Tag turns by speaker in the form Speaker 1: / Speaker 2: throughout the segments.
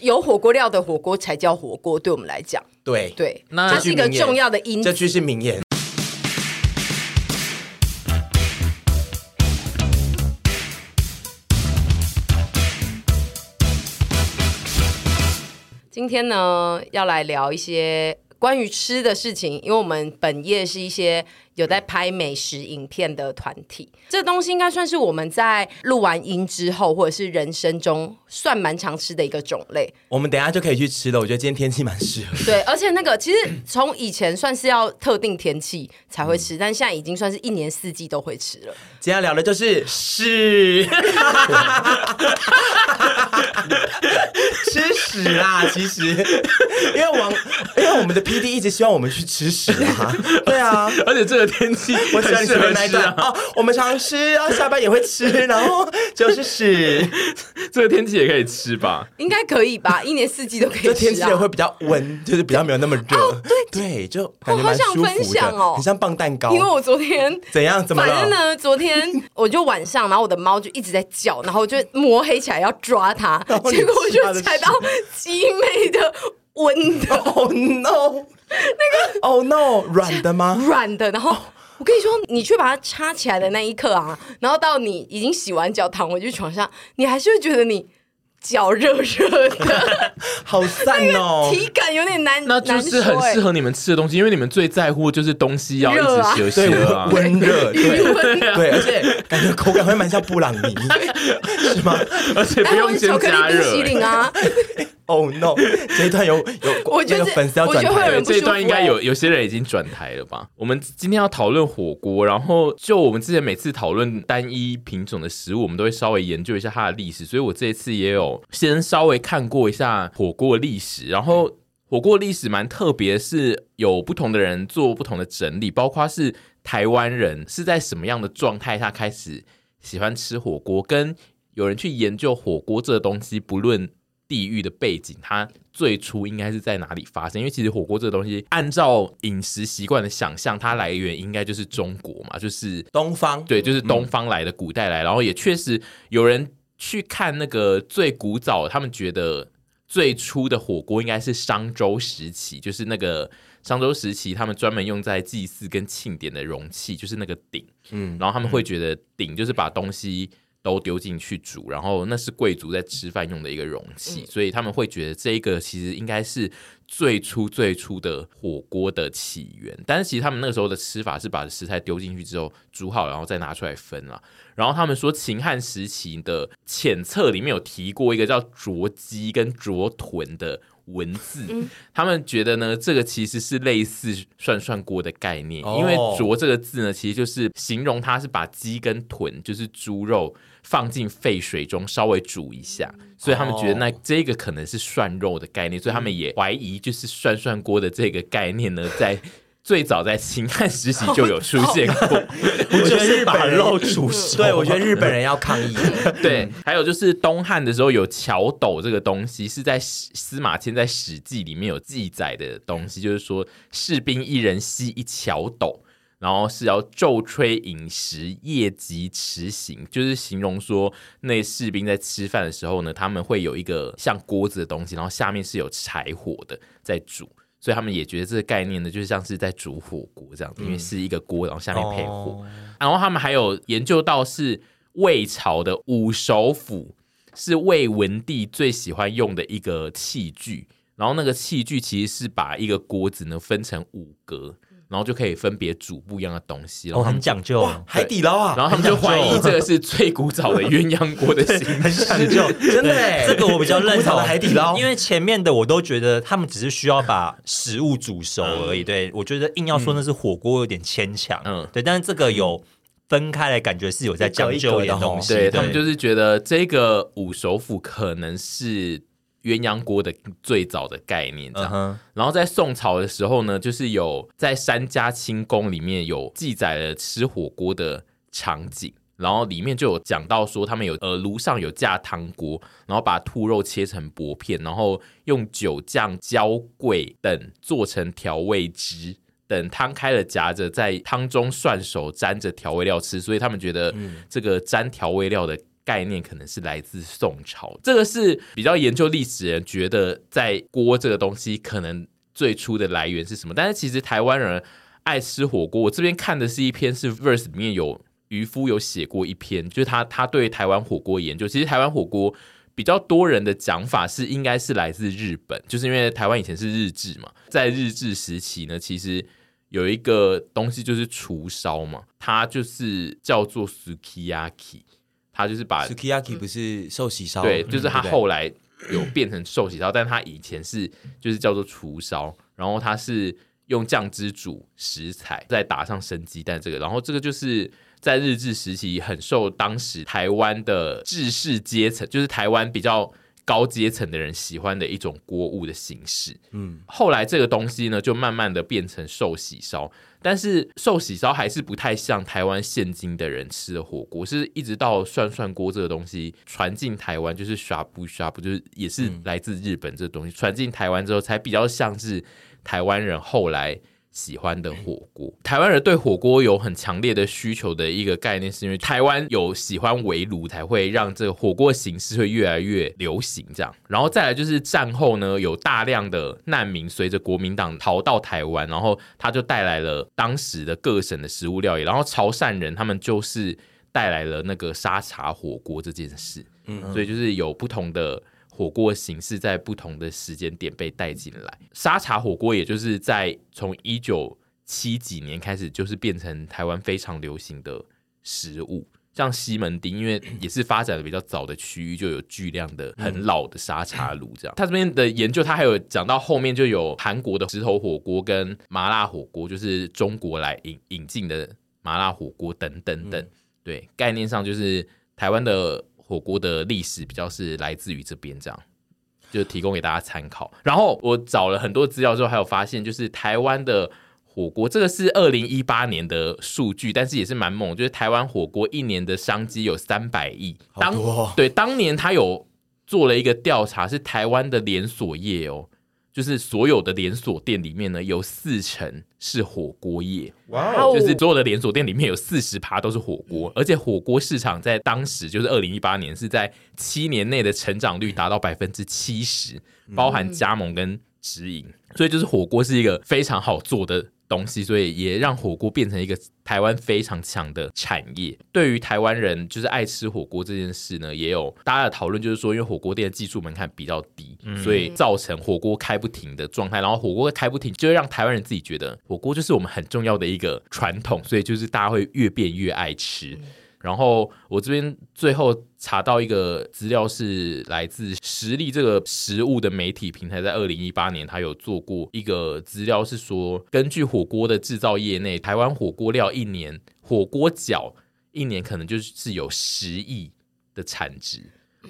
Speaker 1: 有火锅料的火锅才叫火锅，对我们来讲，
Speaker 2: 对，
Speaker 1: 对，
Speaker 2: 那
Speaker 1: 它是一个重要的因
Speaker 2: 这
Speaker 1: 子。
Speaker 2: 句是名言。
Speaker 1: 今天呢，要来聊一些关于吃的事情，因为我们本业是一些有在拍美食影片的团体，这东西应该算是我们在录完音之后，或者是人生中算蛮常吃的一个种 类。
Speaker 2: 我们等一下就可以去吃了，我觉得今天天气蛮适合。
Speaker 1: 对，而且那个其实从以前算是要特定天气才会吃，但现在已经算是一年四季都会吃了。
Speaker 2: 今天要聊的就是 屎，吃屎啦！其实， 因为王，因为我们的 P D 一直希望我们去吃屎啊，对啊。
Speaker 3: 而且这个天气
Speaker 2: 我
Speaker 3: 很
Speaker 2: 喜欢你
Speaker 3: 适
Speaker 2: 前
Speaker 3: 合
Speaker 2: 面那一
Speaker 3: 吃
Speaker 2: 段
Speaker 3: 啊！
Speaker 2: 哦，我们常吃，然后下班也会吃，然后就是 屎，
Speaker 3: 啊这个天气也可以吃吧？
Speaker 1: 应该可以吧？一年四季都 可以吃、
Speaker 2: 这
Speaker 1: 啊。哦
Speaker 2: 天气也会比较温，就是比较没有那么热，对，就感
Speaker 1: 我
Speaker 2: 觉
Speaker 1: 好
Speaker 2: 蛮
Speaker 1: 想
Speaker 2: 舒服
Speaker 1: 分享
Speaker 2: 的，
Speaker 1: 哦
Speaker 2: 很像棒蛋糕。
Speaker 1: 因为我昨天
Speaker 2: 怎样？怎么
Speaker 1: 反正
Speaker 2: 了？
Speaker 1: 呢，昨 天我就晚上，然后我的猫就一直在叫，然后我就摸黑起来要抓它
Speaker 2: 然，后你
Speaker 1: 结果我
Speaker 2: 吃它的
Speaker 1: 就踩到鸡妹的温的
Speaker 2: Oh no！那个 Oh no！软的吗？
Speaker 1: 软的，然
Speaker 2: 哦
Speaker 1: 后。我跟你说，你去把它插起来的那一刻啊，然后到你已经洗完脚躺回去床上，你还是会觉得你脚热热的，
Speaker 2: 好赞 哦！
Speaker 1: 体感有点难，哎
Speaker 3: 那就是很适
Speaker 1: 合
Speaker 3: 合你们吃的东西，因为你们最在乎就是东西要一
Speaker 1: 热啊
Speaker 3: 直
Speaker 2: 对
Speaker 3: 休息了啊。
Speaker 2: 温 热，对
Speaker 1: 温热
Speaker 2: 对，而且感觉口感会蛮像布朗尼， 是吗
Speaker 3: 而且不
Speaker 1: 哎，我
Speaker 3: 用
Speaker 1: 有
Speaker 3: 先
Speaker 1: 巧克
Speaker 3: 加
Speaker 1: 力冰淇
Speaker 3: 热、欸。
Speaker 1: 淋啊，
Speaker 2: ？Oh no！这一段有有，
Speaker 1: 我觉得
Speaker 2: 那个粉丝要转
Speaker 1: 我觉得会有
Speaker 2: 台
Speaker 1: 人
Speaker 3: 对，
Speaker 2: 了，
Speaker 1: 不舒服哎
Speaker 3: 哎这一段应该有有些人已经转台了吧？我们今天要讨论火锅，然后就我们之前每次讨论单一品种的食物，我们都会稍微研究一下它的历史，所以我这一次也有先稍微看过一下火锅历史，然后。火锅历史蛮特别，是有不同的人做不同的整理，包括是台湾人是在什么样的状态下开始喜欢吃火锅，跟有人去研究火锅这个东西，不论地域的背景，它最初应该是在哪里发生？因为其实火锅这个东西，按照饮食习惯的想象，它来源应该就是中国嘛，就是
Speaker 2: 东方
Speaker 3: 对，就是东方来的古代来，然后也确实有人去看那个最古早，他们觉得最初的火锅应该是商周时期，就是那个商周时期他们专门用在祭祀跟庆典的容器，就是那个鼎，
Speaker 2: 嗯
Speaker 3: 嗯，然后他们会觉得鼎就是把东西。都丢进去煮，然后那是贵族在吃饭用的一个容器，所以他们会觉得这一个其实应该是最初最初的火锅的起源。但是其实他们那个时候的吃法是把食材丢进去之后煮好，然后再拿出来分了。然后他们说秦汉时期的浅册里面有提过一个叫啄鸡跟啄豚的文字，他们觉得呢这个其实是类似涮涮锅的概念，
Speaker 2: 哦
Speaker 3: 因为啄这个字呢其实就是形容它是把鸡跟豚就是猪肉放进沸水中稍微煮一下，所以他们觉得那这个可能是涮肉的概念，所以他们也怀疑就是涮涮锅的这个概念呢在。最早在秦汉时期就有出现过，
Speaker 2: 我觉得日本人
Speaker 3: 煮
Speaker 2: 对，我觉得日本人要抗议，
Speaker 3: 对，嗯还有就是东汉的时候有桥斗这个东西，是在司司马迁在《史记》里面有记载的东西，就是说士兵一人系一桥斗，然后是要昼吹饮食，夜及迟行，就是形容说那士兵在吃饭的时候呢，他们会有一个像锅子的东西，然后下面是有柴火的在煮。所以他们也觉得这个概念呢，就是像是在煮火锅这样子，因为是一个锅，然后下面配火。
Speaker 2: 哦
Speaker 3: 然后他们还有研究到是魏朝的五手斧，是魏文帝最喜欢用的一个器具。然后那个器具其实是把一个锅子呢分成五格，然后就可以分别煮不一样的东西。
Speaker 4: 哦
Speaker 3: 然后他
Speaker 2: 哦
Speaker 3: 们，
Speaker 4: 讲究，
Speaker 2: 海底捞啊，
Speaker 3: 然后他们就怀疑这个是最古早的鸳鸯锅的形
Speaker 2: 很讲究， 真的欸，
Speaker 4: 这个我 比较认
Speaker 2: 古早
Speaker 4: 同
Speaker 2: 的海底捞，
Speaker 4: 因为前面的我都觉得他们只是需要把食物煮熟
Speaker 2: 嗯
Speaker 4: 而已。对我觉得硬要说那是火锅有点牵强，
Speaker 3: 嗯
Speaker 4: 嗯，对，但是这个有分开来，感觉是有在讲究一点
Speaker 2: 哦
Speaker 4: 东西。
Speaker 3: 对他们就是觉得这个五手斧可能是鸳鸯锅的最早的概念，这
Speaker 4: 嗯
Speaker 3: 样。
Speaker 4: 哼，
Speaker 3: 然后在宋朝的时候呢，就是有在三家清宫里面有记载了吃火锅的场景，然后里面就有讲到说他们有呃炉上有架汤锅，然后把兔肉切成薄片，然后用酒酱、椒桂等做成调味汁。等汤开了，夹着在汤中涮熟，沾着调味料吃，所以他们觉得这个沾调味料的概念可能是来自宋朝。这个是比较研究历史人觉得在锅这个东西可能最初的来源是什么，但是其实台湾人爱吃火锅，我这边看的是一篇是 Verse 里面有渔夫有写过一篇，就是他他对台湾火锅研究。其实台湾火锅比较多人的讲法是，应该是来自日本，就是因为台湾以前是日治嘛，在日治时期呢，其实有一个东西就是厨烧嘛，它就是叫做 sukiyaki，它就是把
Speaker 2: Sukiyaki 不是寿喜烧，嗯
Speaker 3: 对，就是它
Speaker 2: 对不对
Speaker 3: 后来有变成寿喜烧，但它以前是就是叫做厨烧，然后它是用酱汁煮食材，再打上生鸡蛋这个，然后这个就是在日治时期很受当时台湾的知识阶层，就是台湾比较。高阶层的人喜欢的一种锅物的形式，嗯，后来这个东西呢，就慢慢的变成寿喜烧，但是寿喜烧还是不太像台湾现今的人吃的火锅，是一直到涮涮锅这个东西传进台湾，就是刷不刷不，就是也是来自日本这东西传进台湾之后，才比较像是台湾人后来喜欢的火锅。台湾人对火锅有很强烈的需求的一个概念，是因为台湾有喜欢围炉，才会让这个火锅形式会越来越流行。这样，然后再来就是战后呢，有大量的难民随着国民党逃到台湾，然后他就带来了当时的各省的食物料理，然后潮汕人他们就是带来了那个沙茶火锅这件事。所以就是有不同的火锅形式在不同的时间点被带进来。沙茶火锅也就是在从一九七几年开始，就是变成台湾非常流行的食物。像西门町，因为也是发展的比较早的区域，就有巨量的很老的沙茶炉这样。他这边的研究，他还有讲到后面就有韩国的石头火锅跟麻辣火锅，就是中国来引引进的麻辣火锅等等等。对，概念上就是台湾的火锅的历史比较是来自于这边这样。就提供给大家参考。然后我找了很多资料之后，还有发现，就是台湾的火锅，这个是二零一八年的数据，但是也是蛮猛，就是台湾火锅一年的商机有三百亿。当、
Speaker 2: 好多哦
Speaker 3: 对当年他有做了一个调查，是台湾的连锁业哦，就是所有的连锁店里面呢，有四成是火锅业。
Speaker 2: 哇
Speaker 1: 哦
Speaker 3: 就是所有的连锁店里面有四十趴都是火锅，而且火锅市场在当时就是二零一八年是在七年内的成长率达到百分之七十，包含加盟跟直营，所以就是火锅是一个非常好做的。东西，所以也让火锅变成一个台湾非常强的产业。对于台湾人就是爱吃火锅这件事呢，也有大家的讨论，就是说，因为火锅店的技术门槛比较低，所以造成火锅开不停的状态。然后火锅开不停，就会让台湾人自己觉得火锅就是我们很重要的一个传统，所以就是大家会越变越爱吃。然后我这边最后查到一个资料，是来自实力这个食物的媒体平台，在二零一八年，它有做过一个资料，是说根据火锅的制造业内，台湾火锅料一年火锅饺一年可能就是有十亿的产值，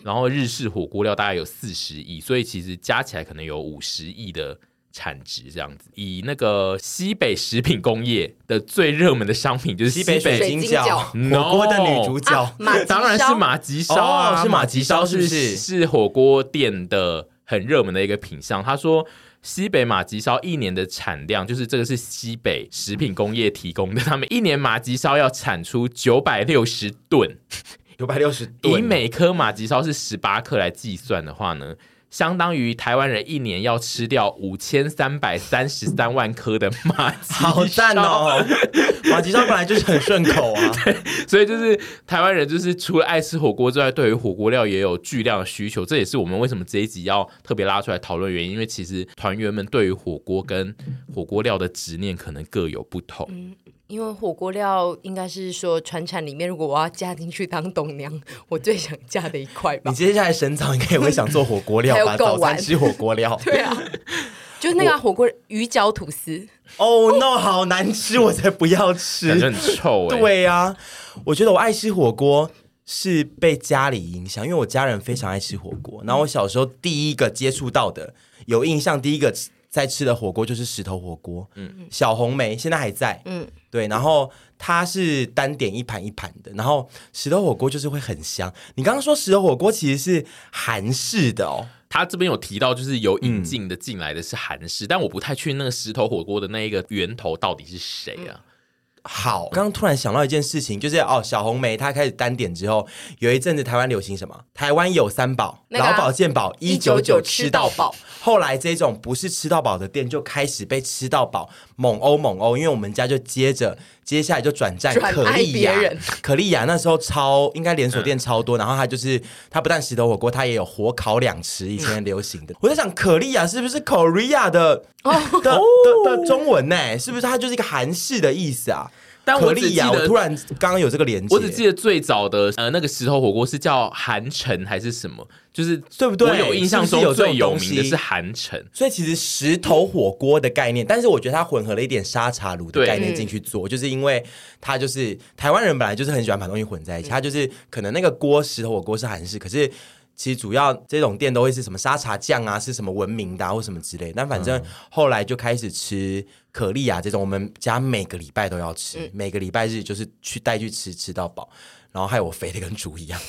Speaker 3: 然后日式火锅料大概有四十亿，所以其实加起来可能有五十亿的。产值这样子，以那个西北食品工业的最热门的商品就是
Speaker 2: 西
Speaker 3: 西
Speaker 2: 北
Speaker 3: 北
Speaker 2: 水
Speaker 1: 水
Speaker 2: 晶
Speaker 1: 晶
Speaker 2: 饺，
Speaker 3: 饺
Speaker 2: 火锅的女主角
Speaker 1: 啊，马吉
Speaker 3: 当然是
Speaker 1: 烧
Speaker 3: 马吉烧啊，
Speaker 2: 哦是马吉烧
Speaker 3: 马
Speaker 2: 是不是
Speaker 3: 是火锅店的很热门的一个品项。他说，西北马吉烧一年的产量，就是这个是西北食品工业提供的，他们一年马吉烧要产出九百六十吨，
Speaker 2: 九百六十
Speaker 3: 以
Speaker 2: 吨，
Speaker 3: 每颗马吉烧是十八克来计算的话呢，相当于台湾人一年要吃掉五千三百三十三万颗的马吉烧，
Speaker 2: 好赞哦！马吉烧本来就是很顺口啊，
Speaker 3: 所以就是台湾人，就是除了爱吃火锅之外，对于火锅料也有巨量的需求。这也是我们为什么这一集要特别拉出来讨论的原因，因为其实团员们对于火锅跟火锅料的执念可能各有不同。
Speaker 2: 嗯
Speaker 1: 因为火锅料应该是说传产里面，如果我要嫁进去当董娘，我最想嫁的一块吧
Speaker 2: 你。接下来神早应该也会想做火锅料吧？
Speaker 1: 还有够
Speaker 2: 早
Speaker 1: 晚
Speaker 2: 餐吃火 锅料。
Speaker 1: 对 啊，就是那个啊火锅鱼饺吐司，
Speaker 2: 哦 no，好难吃，我才不要
Speaker 3: 感觉
Speaker 2: 吃。
Speaker 3: 很臭哎、
Speaker 2: 对啊，我觉得我爱吃火锅是被家里影响，因为我家人非常爱吃火锅。然后我小时候第一个接触到的，有印象第一个在吃的火锅就是石头火锅，嗯，小红梅现在还在，
Speaker 1: 嗯，
Speaker 2: 对，然后它是单点一盘一盘的，然后石头火锅就是会很香。你刚刚说石头火锅其实是韩式的哦，
Speaker 3: 他这边有提到，就是有引进的
Speaker 2: 嗯
Speaker 3: 进来的是韩式，但我不太确定那个石头火锅的那一个源头到底是谁啊。
Speaker 2: 好。刚刚突然想到一件事情，就是哦，小红梅她开始单点之后，有一阵子台湾流行什么？台湾有三宝：
Speaker 1: 那个啊
Speaker 2: 劳保、健保、一九九
Speaker 1: 199
Speaker 2: 吃到饱。后来这种不是吃到饱的店就开始被吃到饱猛殴猛殴，因为我们家就接着接下来就转战
Speaker 1: 转
Speaker 2: 可
Speaker 1: 爱
Speaker 2: 丽
Speaker 1: 别
Speaker 2: 雅
Speaker 1: 人，嗯
Speaker 2: 可丽雅那时候超应该连锁店超多，然后它就是它不但石头火锅，它也有火烤两吃，以前流行的。
Speaker 1: 嗯
Speaker 2: 我在想可丽雅是不是 Korea 的
Speaker 1: 哦
Speaker 2: 的的的中文呢、是不是它就是一个韩式的意思啊？
Speaker 3: 但
Speaker 2: 可
Speaker 3: 我只
Speaker 2: 丽雅，
Speaker 3: 记
Speaker 2: 我
Speaker 3: 得
Speaker 2: 突然刚刚有这个连接，
Speaker 3: 我只记得最早的呃那个石头火锅是叫韩城还是什么，就是
Speaker 2: 对不对
Speaker 3: 我有印象
Speaker 2: 是不是有
Speaker 3: 中
Speaker 2: 这种
Speaker 3: 最有
Speaker 2: 东
Speaker 3: 名
Speaker 2: 西
Speaker 3: 的是韩城。
Speaker 2: 所以其实石头火锅的概念，但是我觉得它混合了一点沙茶炉的
Speaker 3: 对
Speaker 2: 概念进去做，就是因为它就是台湾人本来就是很喜欢把东西混
Speaker 3: 嗯
Speaker 2: 在一起，它就是可能那个锅石头火锅是韩式，可是。其实主要这种店都会是什么沙茶酱啊，是什么闻名的、啊、或什么之类的。但反
Speaker 3: 嗯
Speaker 2: 正后来就开始吃可丽啊这种，我们家每个礼拜都要吃，
Speaker 3: 嗯
Speaker 2: 每个礼拜日就是去带去吃，吃到饱，然后害我肥的跟猪一样。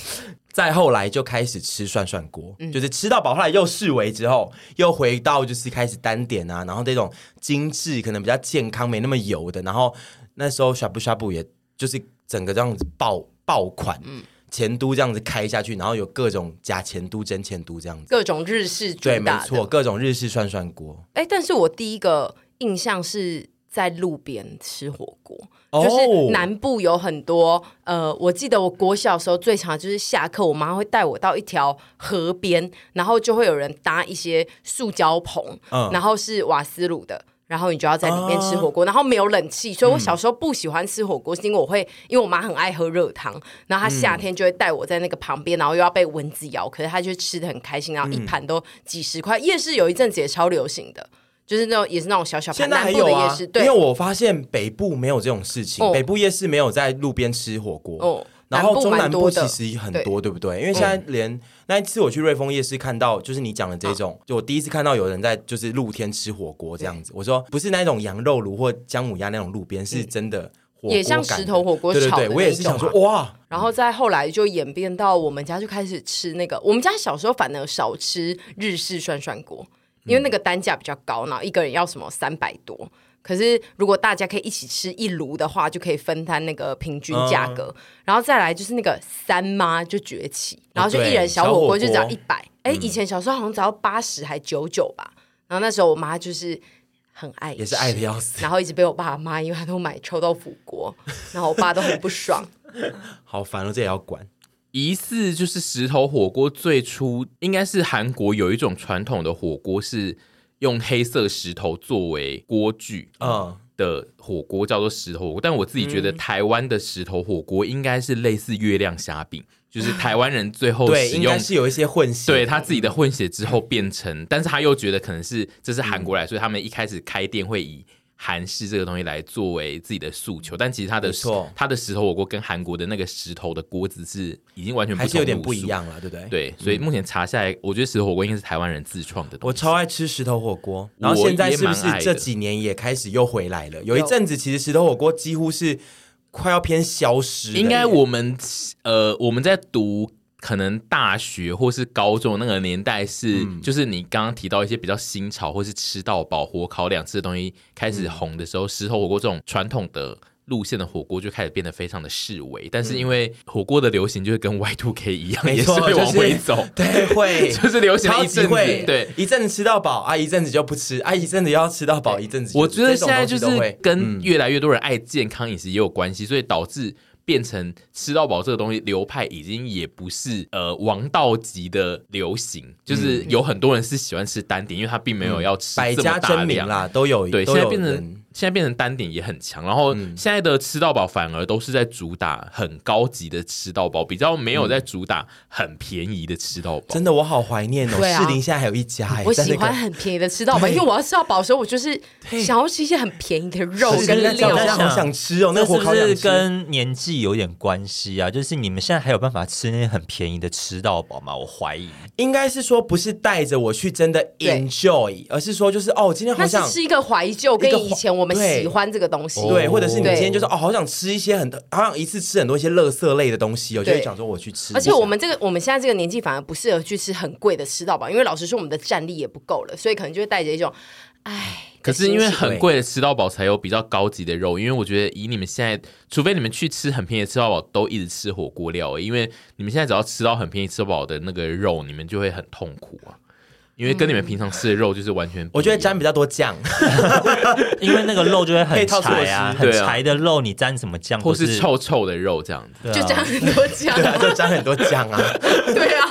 Speaker 2: 再后来就开始吃涮涮锅，
Speaker 1: 嗯
Speaker 2: 就是吃到饱，后来又视为之后，又回到就是开始单点啊，然后这种精致，可能比较健康，没那么油的。然后那时候呷哺呷哺也就是整个这样子爆爆款，
Speaker 1: 嗯
Speaker 2: 前都这样子开下去，然后有各种假前都、真前都这样子。
Speaker 1: 各种日式主
Speaker 2: 对，没
Speaker 1: 打
Speaker 2: 错，
Speaker 1: 的。
Speaker 2: 各种日式涮涮锅，
Speaker 1: 哎，但是我第一个印象是在路边吃火锅。
Speaker 2: 哦
Speaker 1: 就是南部有很多，呃，我记得我国小的时候最常就是下课，我妈会带我到一条河边，然后就会有人搭一些塑胶棚，
Speaker 2: 嗯啊
Speaker 1: 然后是瓦斯炉的。然后你就要在里面吃火锅，然后没有冷气，所以
Speaker 2: 嗯
Speaker 1: 我小时候不喜欢吃火锅，是因为我会，因为我妈很爱喝热汤，然后她夏
Speaker 2: 嗯
Speaker 1: 天就会带我在那个旁边，然后又要被蚊子咬，可是她就吃的很开
Speaker 2: 嗯
Speaker 1: 心，然后一盘都几十块。夜市有一阵子也超流行的，就是那种也是那种小小盘，
Speaker 2: 现在还
Speaker 1: 南部
Speaker 2: 有
Speaker 1: 的夜
Speaker 2: 啊
Speaker 1: 市，，
Speaker 2: 因
Speaker 1: 对，
Speaker 2: 为我发现北部没有这种事情，
Speaker 1: 哦
Speaker 2: 北部夜市没有在路边吃火锅，
Speaker 1: 哦
Speaker 2: 然后中南
Speaker 1: 南部
Speaker 2: 部
Speaker 1: 蛮多的嗯
Speaker 2: 其实很多，对不对？因为现在连那一次我去瑞丰夜市看到，就是你讲的这种，就我第一次看到有人在就是露天吃火锅这样子。我说不是那种羊肉炉或姜母鸭那种路边，是真的火锅
Speaker 1: 嗯也像
Speaker 2: 感的
Speaker 1: 石头火锅
Speaker 2: 对对
Speaker 1: 炒的
Speaker 2: 对，
Speaker 1: 那啊
Speaker 2: 我也是想说哇，
Speaker 1: 然后再后来就演变到我们家就开始吃那个，我们家小时候反而少吃日式涮涮锅，因为那个单价比较高，然后一个人要什么三百多。可是如果大家可以一起吃一炉的话，就可以分摊那个平均
Speaker 2: 嗯
Speaker 1: 价格。然后再来就是那个三妈就崛起，然
Speaker 2: 啊
Speaker 1: 后就一人小火锅就只要一百。哎，
Speaker 2: 嗯
Speaker 1: 以前小时候好像只要八十还九九吧。然后那时候我妈就是很爱吃，
Speaker 2: 也是爱的要死，
Speaker 1: 然后一直被我爸骂，因为他都买臭豆腐锅，然后我爸都很不爽。
Speaker 2: 好烦哦，这也要管。
Speaker 3: 疑似就是石头火锅最初应该是韩国有一种传统的火锅是用黑色石头作为锅具
Speaker 2: 嗯，
Speaker 3: 的火锅，叫做石头火锅。但我自己觉得台湾的石头火锅应该是类似月亮虾饼，就是台湾人最后
Speaker 2: 对，
Speaker 3: 使
Speaker 2: 应
Speaker 3: 用
Speaker 2: 该是有一些混血，
Speaker 3: 对他自己的混血之后变成，但是他又觉得可能是这是
Speaker 2: 嗯
Speaker 3: 韩国来，所以他们一开始开店会以韩式这个东西来作为自己的诉求，但其实他的
Speaker 2: 没错
Speaker 3: 他的石头火锅跟韩国的那个石头的锅子是已经完全不
Speaker 2: 还是有点不
Speaker 3: 同路数
Speaker 2: 一。样了，对不对？。
Speaker 3: 对，所以目前查下来，我觉得石头火锅应该是台湾人自创的东
Speaker 2: 我
Speaker 3: 西。
Speaker 2: 超爱吃石头火锅，然后
Speaker 3: 我
Speaker 2: 现在
Speaker 3: 也
Speaker 2: 是不
Speaker 3: 蛮
Speaker 2: 是
Speaker 3: 爱
Speaker 2: 这
Speaker 3: 的
Speaker 2: 几年也开始又回来了？有一阵子其实石头火锅几乎是快要偏消失了耶，
Speaker 3: 应该我们呃我们在读。可能大学或是高中那个年代是，
Speaker 2: 嗯
Speaker 3: 就是你刚刚提到一些比较新潮或是吃到饱、火烤两次的东西开
Speaker 2: 嗯
Speaker 3: 始红的时候，石头火锅这种传统的路线的火锅就开始变得非常的式微。但是因为火锅的流行就是跟 Y Two K 一样，
Speaker 2: 嗯没
Speaker 3: 也是
Speaker 2: 错，
Speaker 3: 会
Speaker 2: 就
Speaker 3: 往
Speaker 2: 是
Speaker 3: 回走，
Speaker 2: 对，会
Speaker 3: 就是流行了
Speaker 2: 超
Speaker 3: 一
Speaker 2: 级
Speaker 3: 阵
Speaker 2: 会
Speaker 3: 子，，对。
Speaker 2: 一阵子吃到饱啊，一阵子就不吃啊，一阵子又要吃到饱，一阵子就
Speaker 3: 我觉得
Speaker 2: 这种
Speaker 3: 现在
Speaker 2: 东
Speaker 3: 就
Speaker 2: 西
Speaker 3: 是
Speaker 2: 都会
Speaker 3: 跟嗯越来越多人爱健康饮食也有关系，所以导致变成吃到饱这个东西流派已经也不是呃王道级的流行，就是有很多人是喜欢吃单点，因为他并没有要吃
Speaker 2: 嗯百
Speaker 3: 这么
Speaker 2: 家
Speaker 3: 大
Speaker 2: 争鸣
Speaker 3: 量。
Speaker 2: 啦，都有
Speaker 3: 对，
Speaker 2: 都
Speaker 3: 现在
Speaker 2: 有
Speaker 3: 变成
Speaker 2: 人
Speaker 3: 现在变成单点也很强，然后现在的吃到饱反而都是在主打很高级的吃到饱，比较没有在主打很便宜的吃到饱。
Speaker 2: 真的我好怀念哦，
Speaker 1: 对啊
Speaker 2: 士林现在还有一家哎，
Speaker 1: 我
Speaker 2: 在那
Speaker 1: 喜
Speaker 2: 个
Speaker 1: 欢很便宜的吃到饱，
Speaker 2: 对
Speaker 1: 因为我要吃到饱的时候，我就是想要吃一些很便宜的肉
Speaker 2: 士
Speaker 1: 跟
Speaker 2: 林那家
Speaker 1: 料
Speaker 2: 我现在
Speaker 4: 想
Speaker 2: 好想吃哦，那个
Speaker 4: 那
Speaker 2: 火
Speaker 4: 是
Speaker 2: 烤
Speaker 4: 不
Speaker 2: 两
Speaker 4: 是
Speaker 2: 吃
Speaker 4: 跟年纪有点关系啊？就是你们现在还有办法吃那些很便宜的吃到饱吗？我怀疑。
Speaker 2: 应该是说不是带着我去真的
Speaker 1: 对
Speaker 2: enjoy，而是说就是哦，今天好
Speaker 1: 那是
Speaker 2: 想
Speaker 1: 是一个怀旧，跟
Speaker 2: 一个怀
Speaker 1: 以前我们喜欢这个东西。
Speaker 2: 对，或者是你
Speaker 1: 对
Speaker 2: 今天就是哦，好想吃一些很多，好想一次吃很多一些垃圾类的东西哦，就
Speaker 1: 对
Speaker 2: 会想说我去吃。
Speaker 1: 而且我们这个我们现在这个年纪反而不适合去吃很贵的吃到饱，因为老实说我们的战力也不够了，所以可能就会带着一种哎，
Speaker 3: 可是因为很
Speaker 1: 贵。
Speaker 3: 贵的吃到饱才有比较高级的肉，因为我觉得以你们现在，除非你们去吃很便宜的吃到饱，都一直吃火锅料而已，因为你们现在只要吃到很便宜吃到饱的那个肉，你们就会很痛苦啊，因为跟你们平常吃的肉就是完全不一样。
Speaker 2: 我觉得沾比较多酱，
Speaker 4: 因为那个肉就会
Speaker 2: 配
Speaker 4: 很
Speaker 2: 套措
Speaker 4: 柴啊，
Speaker 2: 施
Speaker 4: 很
Speaker 3: 对啊
Speaker 4: 柴的肉，你沾什么酱
Speaker 3: 或
Speaker 4: 都
Speaker 3: 是臭臭的肉这样子。
Speaker 4: 对啊
Speaker 1: 就这样很多
Speaker 2: 对啊，
Speaker 1: 讲，
Speaker 2: 就沾很多酱啊。
Speaker 1: 对啊，